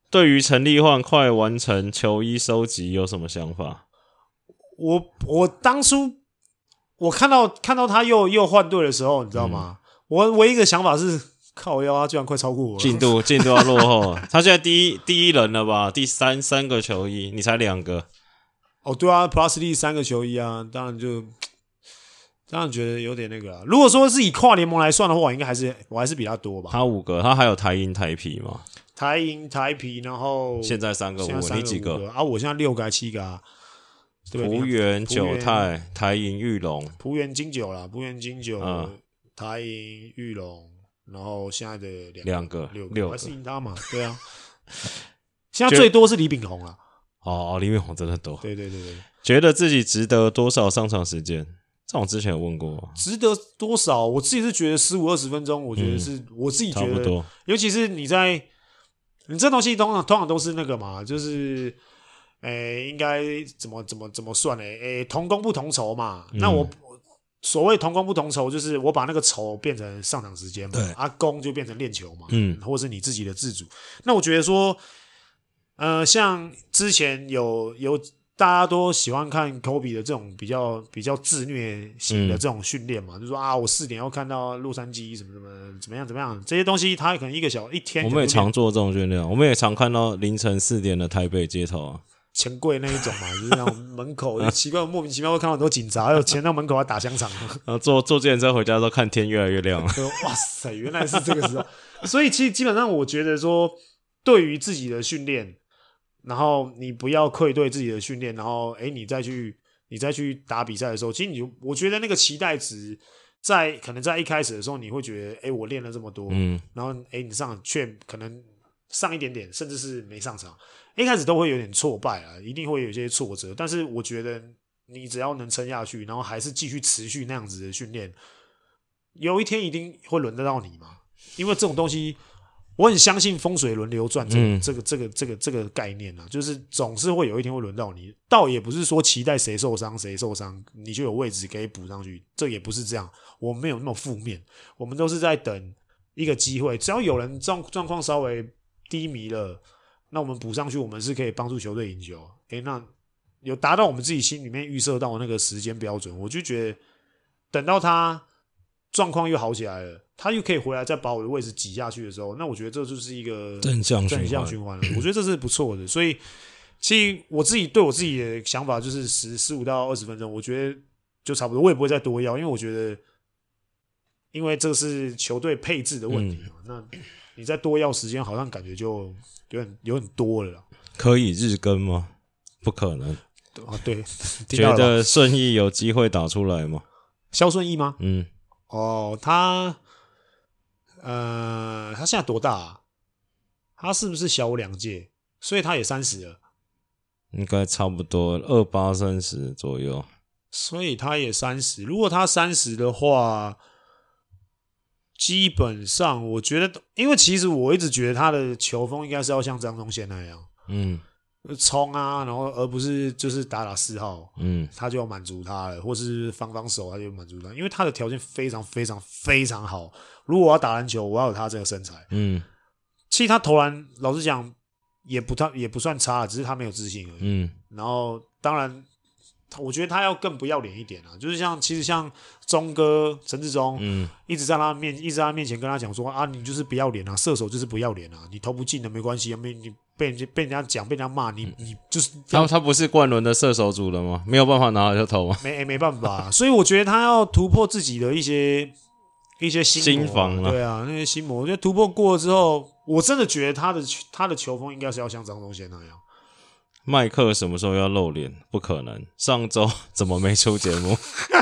Speaker 2: 对于陈立焕快完成球衣收集有什么想法？
Speaker 1: 我我当初我看到看到他又又换队的时候，你知道
Speaker 2: 嗯
Speaker 1: 吗？我唯一一个想法是，靠腰啊，居然快超过我了。
Speaker 2: 进度进度要落后，啊他现在第一第一人了吧？第三三个球衣，你才两个，
Speaker 1: 哦，对啊，Plus D 三个球衣啊，当然就当然觉得有点那个啊。如果说是以跨联盟来算的话，我应该还是我还是比他多吧。
Speaker 2: 他五个，他还有台银台皮嘛？
Speaker 1: 台银、台皮，然后
Speaker 2: 现在三个
Speaker 1: 现在
Speaker 2: 五，
Speaker 1: 三
Speaker 2: 你几
Speaker 1: 个五？啊？我现在六个还七个啊？对
Speaker 2: 福
Speaker 1: 不对？福
Speaker 2: 原、
Speaker 1: 原
Speaker 2: 九泰、台银、玉龙，
Speaker 1: 浦原金九啦，浦原金九、
Speaker 2: 嗯
Speaker 1: 台银、玉龙，然后现在的两
Speaker 2: 两个
Speaker 1: 六个，
Speaker 2: 六
Speaker 1: 我还
Speaker 2: 个
Speaker 1: 是赢他 嘛？对啊，现在
Speaker 2: 觉得
Speaker 1: 最多是李炳宏啊。
Speaker 2: 哦，李敏宏真的多。
Speaker 1: 对对对对，
Speaker 2: 觉得自己值得多少上场时间？这我之前有问过，
Speaker 1: 值得多少？我自己是觉得十五二十分钟，我觉得是、我自己
Speaker 2: 嗯差
Speaker 1: 觉
Speaker 2: 不
Speaker 1: 得，
Speaker 2: 多。
Speaker 1: 尤其是你在你这东西通常通常都是那个嘛，就是。诶、应该怎么怎么怎么算呢？诶、同工不同酬嘛。
Speaker 2: 嗯
Speaker 1: 那我所谓同工不同酬，就是我把那个酬变成上场时间嘛
Speaker 2: 对，
Speaker 1: 啊，工就变成练球嘛，
Speaker 2: 嗯
Speaker 1: 或是你自己的自主。那我觉得说，呃，像之前有有大家都喜欢看 Kobe 的这种比较比较自虐型的
Speaker 2: 嗯
Speaker 1: 这种训练嘛，就说啊，我四点要看到洛杉矶什么什么怎么样怎么样这些东西，他可能一个小一天
Speaker 2: 我
Speaker 1: 可
Speaker 2: 们
Speaker 1: 能
Speaker 2: 也
Speaker 1: 就变
Speaker 2: 常做这种训练，啊我们也常看到凌晨四点的台北街头啊。
Speaker 1: 钱柜那一种嘛，就是那种门 口奇怪莫名其妙会看到很多警察，还有钱到门口还打香肠。
Speaker 2: 然后坐坐自行车回家的时候，看天越来越亮了。
Speaker 1: 就哇塞，原来是这个时候。所以其实基本上，我觉得说，对于自己的训练，然后你不要愧对自己的训练，然后诶，你再去你再去打比赛的时候，其实你就我觉得那个期待值在可能在一开始的时候，你会觉得诶，我练了这么多，
Speaker 2: 嗯，
Speaker 1: 然后诶，你上却可能上一点点，甚至是没上场，一开始都会有点挫败啊，一定会有一些挫折。但是我觉得你只要能撑下去，然后还是继续持续那样子的训练，有一天一定会轮得到你嘛。因为这种东西，我很相信风水轮流转这个、
Speaker 2: 嗯
Speaker 1: 这个这个这个这个概念啊，就是总是会有一天会轮到你。倒也不是说期待谁受伤谁受伤，你就有位置可以补上去，这也不是这样。我们没有那么负面，我们都是在等一个机会，只要有人状状况稍微低迷了，那我们补上去，我们是可以帮助球队赢球。诶，那有达到我们自己心里面预设到的那个时间标准，我就觉得等到他状况又好起来了，他又可以回来再把我的位置挤下去的时候，那我觉得这就是一个
Speaker 2: 正向循
Speaker 1: 正
Speaker 2: 环
Speaker 1: 向循环了。我觉得这是不错的，所以其实我自己对我自己的想法就是十十五到二十分钟，我觉得就差不多，我也不会再多要，因为我觉得。因为这是球队配置的问题嘛，那你再多要时间，好像感觉就有点有点多了啦。
Speaker 2: 可以日更吗？不可能。
Speaker 1: 啊，对，听到
Speaker 2: 觉
Speaker 1: 了吧
Speaker 2: 得顺义有机会打出来吗？
Speaker 1: 肖顺义吗？
Speaker 2: 嗯，
Speaker 1: 哦，他呃，他现在多大、啊？他是不是小我两届？所以他也三十了，
Speaker 2: 应该差不多二八三十左右。
Speaker 1: 所以他也三十。如果他三十的话，基本上我觉得，因为其实我一直觉得他的球风应该是要像张宗宪那样
Speaker 2: 嗯
Speaker 1: 冲啊，然后而不是就是打打四号。
Speaker 2: 嗯，
Speaker 1: 他就要满足他了，或是防防守，他就满足他，因为他的条件非常非常非常好。如果我要打篮球，我要有他这个身材。
Speaker 2: 嗯
Speaker 1: 其实他投篮，老实讲，也不太也不算差，只是他没有自信而已。
Speaker 2: 嗯，
Speaker 1: 然后，当然，他我觉得他要更不要脸一点啊，就是像其实像钟哥陈志忠，
Speaker 2: 嗯，
Speaker 1: 一直在他面一直在他面前跟他讲说啊，你就是不要脸啊，射手就是不要脸啊，你投不进的没关系，没你被人家被人家讲被人家骂，你你就是
Speaker 2: 他他不是冠伦的射手组了吗？没有办法拿了就投吗？
Speaker 1: 没没办法，啊 所以我觉得他要突破自己的一些一些心魔
Speaker 2: 心防啊
Speaker 1: 对啊，那些心魔，我觉得突破过了之后，我真的觉得他的他的球风应该是要像张宗宪那样。
Speaker 2: 麦克什么时候要露脸？不可能。上周怎么没出节目？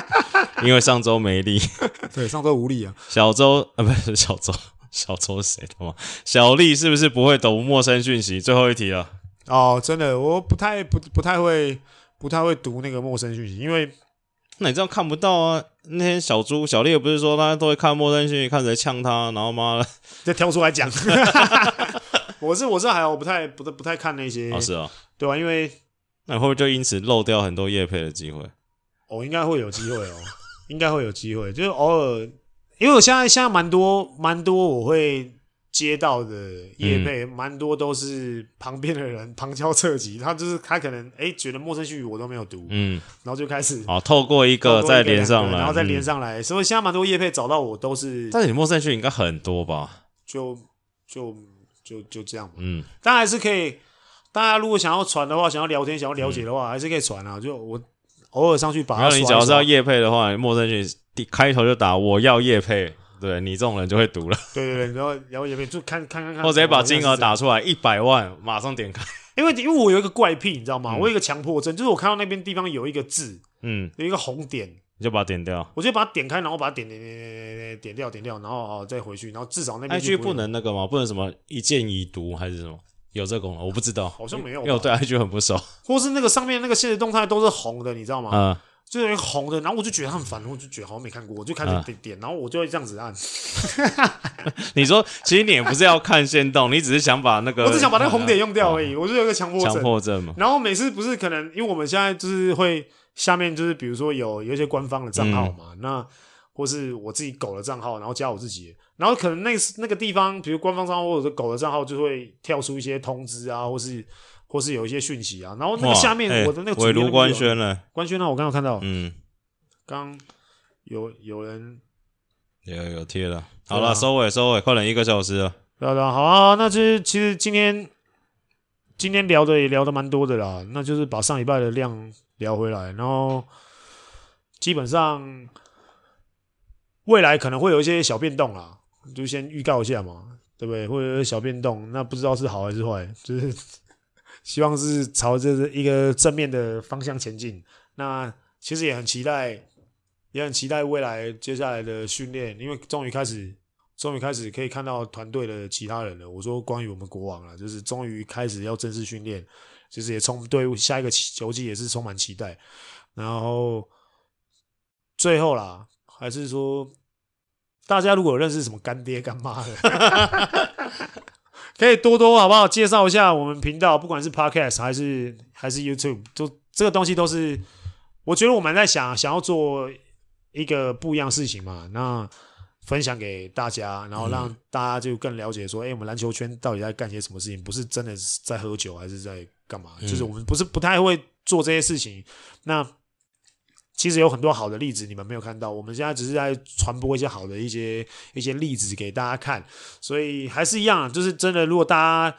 Speaker 2: 因为上周没力，
Speaker 1: 对，上周无力啊，
Speaker 2: 小周啊不是小周， 小周谁他妈？小丽是不是不会读陌生讯息？最后一题了，
Speaker 1: 哦，真的，我不太不不太会不太会读那个陌生讯息，因为
Speaker 2: 那你这样看不到啊？那天小猪小丽也不是说他都会看陌生讯息，看谁呛他，然后妈的，
Speaker 1: 再挑出来讲。 我是我是还好，我不太不太不太看那些，
Speaker 2: 哦是哦，
Speaker 1: 对啊吧、因为
Speaker 2: 那你会不会就因此漏掉很多叶配的机会？
Speaker 1: 我、哦、应该会有机会哦，应该会有机会，就是偶尔，因为我现在现在蛮多蛮多我会接到的
Speaker 2: 嗯
Speaker 1: 业配，蛮、多都是旁边的人旁敲侧击，他就是他可能哎、觉得陌生讯息我都没有读，
Speaker 2: 嗯，
Speaker 1: 然后就开始
Speaker 2: 好，透过一
Speaker 1: 多
Speaker 2: 个
Speaker 1: 一
Speaker 2: 再
Speaker 1: 个
Speaker 2: 连
Speaker 1: 两
Speaker 2: 上
Speaker 1: 个
Speaker 2: 来，
Speaker 1: 然后再连
Speaker 2: 嗯。
Speaker 1: 上来，所以现在蛮多业配找到我都是
Speaker 2: 但是你陌生讯息应该很多吧？
Speaker 1: 就就就就这样嘛。
Speaker 2: 嗯，
Speaker 1: 当然还是可以，大家如果想要传的话，想要聊天、想要了解的话，还是可以传啊。就我偶尔上去把
Speaker 2: 然
Speaker 1: 它
Speaker 2: 后
Speaker 1: 刷一
Speaker 2: 你
Speaker 1: 刷。
Speaker 2: 只要是要叶配的话，陌生讯息第开头就打我要叶配，对你这种人就会读了。
Speaker 1: 对对对，然后然后也没就看看看看，
Speaker 2: 或者把金
Speaker 1: 看看是
Speaker 2: 额
Speaker 1: 这样。
Speaker 2: 打出来一百万，马上点开。
Speaker 1: 因为因为我有一个怪癖，你知道吗？我有一个强迫症，就是我看到那边地方有一个字，
Speaker 2: 嗯，
Speaker 1: 有一个红点，
Speaker 2: 你就把它点掉。
Speaker 1: 我就把它点开，然后把它点点点点点点掉点掉，然后哦再回去，然后至少那边就
Speaker 2: IG 不
Speaker 1: 会有，
Speaker 2: 能那个吗？不能什么一键已读还是什么？有这功能我不知道，
Speaker 1: 好像没有
Speaker 2: 因
Speaker 1: 吧
Speaker 2: 为我对 IG 很不熟。
Speaker 1: 或是那个上面那个现实动态都是红的，你知道吗？
Speaker 2: 嗯，
Speaker 1: 就是有一个红的，然后我就觉得很烦，我就觉得好像没看过，我就开
Speaker 2: 嗯
Speaker 1: 始点点，然后我就会这样子按，
Speaker 2: 你说其实你也不是要看线动，你只是想把那个，
Speaker 1: 我只想把那个红点用掉而已，我就有一个强迫
Speaker 2: 嗯强
Speaker 1: 症。
Speaker 2: 迫症嘛。
Speaker 1: 然后每次不是可能，因为我们现在就是会下面就是比如说有有一些官方的账号
Speaker 2: 嗯
Speaker 1: 嘛，那或是我自己狗的账号，然后加我自己的，然后可能那那个地方，比如官方账号或者是狗的账号，就会跳出一些通知啊，或是或是有一些讯息啊，然后那个
Speaker 2: 哇
Speaker 1: 下
Speaker 2: 哎
Speaker 1: 面我的那个主
Speaker 2: 伪
Speaker 1: 页那边
Speaker 2: 如
Speaker 1: 有
Speaker 2: 官宣了，
Speaker 1: 官宣啊，我刚刚看到，
Speaker 2: 嗯，
Speaker 1: 刚有有人。
Speaker 2: 有有贴了。
Speaker 1: 对
Speaker 2: 好
Speaker 1: 啊
Speaker 2: 了，收尾收尾，快点一个小时了。
Speaker 1: 对啊对啊，好啊，那就是其实今天今天聊的也聊的蛮多的啦，那就是把上礼拜的量聊回来，然后基本上未来可能会有一些小变动啦，就先预告一下嘛，对不对？会有一些小变动，那不知道是好还是坏，就是希望是朝着一个正面的方向前进。那其实也很期待，也很期待未来接下来的训练，因为终于开始终于开始可以看到团队的其他人了。我说关于我们国王了，就是终于开始要正式训练，其实也充对下一个期球季也是充满期待。然后最后啦，还是说大家如果有认识什么干爹干妈的， 可以多多好不好介绍一下我们频道，不管是 Podcast 还是还是 YouTube，就这个东西都是我觉得我们在想想要做一个不一样的事情嘛，那分享给大家，然后让大家就更了解说，哎、我们篮球圈到底在干些什么事情？不是真的是在喝酒，还是在干嘛？就是我们不是不太会做这些事情。那其实有很多好的例子，你们没有看到，我们现在只是在传播一些好的一些一些例子给大家看，所以还是一样，啊就是真的，如果大家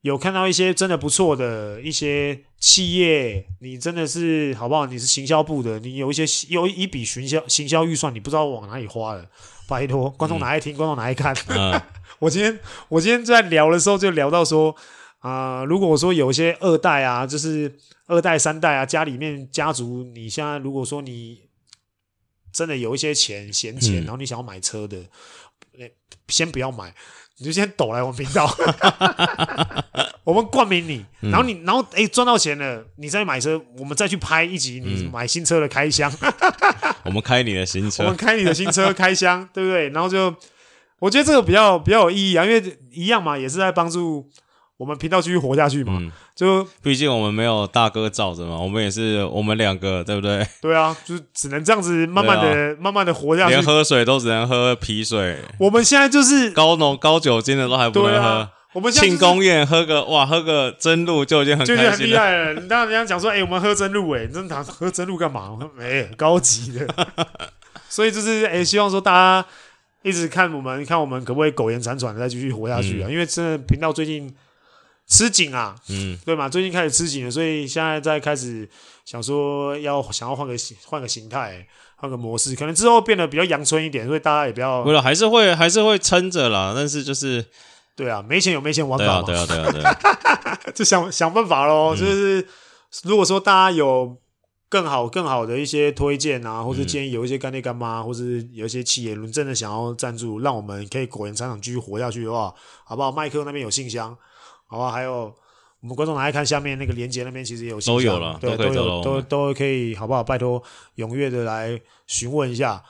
Speaker 1: 有看到一些真的不错的一些企业，你真的是好不好？你是行销部的，你有一些有一笔行销行销预算，你不知道往哪里花了，拜托，观众哪爱听，观众哪爱看。
Speaker 2: 嗯，
Speaker 1: 我今天我今天在聊的时候就聊到说，啊、如果说有一些二代啊，就是二代、三代啊，家里面家族，你现在如果说你真的有一些钱闲钱，
Speaker 2: 嗯
Speaker 1: 然后你想要买车的，呃先不要买，你就先抖来我们频道， 我们冠名你，
Speaker 2: 嗯
Speaker 1: 然后你然后哎赚到钱了，你再买车，我们再去拍一集你
Speaker 2: 嗯
Speaker 1: 买新车的开箱。
Speaker 2: 我们开你的行
Speaker 1: 我们
Speaker 2: 程。
Speaker 1: 开你的新车开箱， 对不对？然后就我觉得这个比较比较有意义啊，因为一样嘛，也是在帮助我们频道继续活下去嘛。
Speaker 2: 嗯
Speaker 1: 就
Speaker 2: 毕竟我们没有大哥罩着嘛，我们也是我们两个，对不对？
Speaker 1: 对啊，就是只能这样子慢慢的、慢慢的活下
Speaker 2: 连
Speaker 1: 去。
Speaker 2: 啊喝水都只能喝啤水，
Speaker 1: 我们现在 就是
Speaker 2: 高浓高酒精的都还不
Speaker 1: 对
Speaker 2: 能喝。
Speaker 1: 啊，我们现在、就
Speaker 2: 庆
Speaker 1: 是、
Speaker 2: 功宴喝个哇，喝个真露就已经很
Speaker 1: 就已经
Speaker 2: 开
Speaker 1: 很
Speaker 2: 心啊
Speaker 1: 厉
Speaker 2: 了。
Speaker 1: 害了。你当人家讲说，哎、我们喝真露、哎，真的喝真露干嘛？我说没、高级的。 所以就是，哎、希望说大家一直看我们，看我们可不可以苟延残喘的再继续活下去啊？因为真的频道最近吃紧啊，
Speaker 2: 嗯，
Speaker 1: 对嘛？最近开始吃紧了，所以现在在开始想说要想要换个形换个形态，换个模式，可能之后变得比较阳春一点，所以大家也不要
Speaker 2: 为了还是会还是会撑着啦，但是就是
Speaker 1: 对啊，没钱有没钱玩
Speaker 2: 对
Speaker 1: 法
Speaker 2: 啊
Speaker 1: 嘛，
Speaker 2: 对啊对啊对啊，嗯
Speaker 1: 就想想办法喽。就是如果说大家有更好更好的一些推荐啊，
Speaker 2: 嗯
Speaker 1: 或者建议有一些干爹干妈，或是有一些企业，如果真的想要赞助，让我们可以果园厂长继续活下去的话，好不好？麦克那边有信箱，好不好？还有我们观众拿来看下面那个连接那边，其实也有信箱
Speaker 2: 都有了
Speaker 1: 对，
Speaker 2: 都
Speaker 1: 都
Speaker 2: 可以找到
Speaker 1: 有
Speaker 2: 我
Speaker 1: 都
Speaker 2: 们
Speaker 1: 都可以，好不好？拜托踊跃的来询问一下，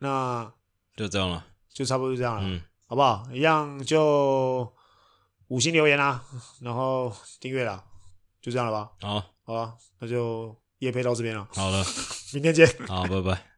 Speaker 1: 那
Speaker 2: 就这样了。
Speaker 1: 就差不多就这样了，
Speaker 2: 嗯，
Speaker 1: 好不好？一样就五星留言啦，然后订阅啦，就这样了吧？
Speaker 2: 好，
Speaker 1: 好吧，那就夜配到这边了，
Speaker 2: 好了，
Speaker 1: 明天见。
Speaker 2: 好，拜拜。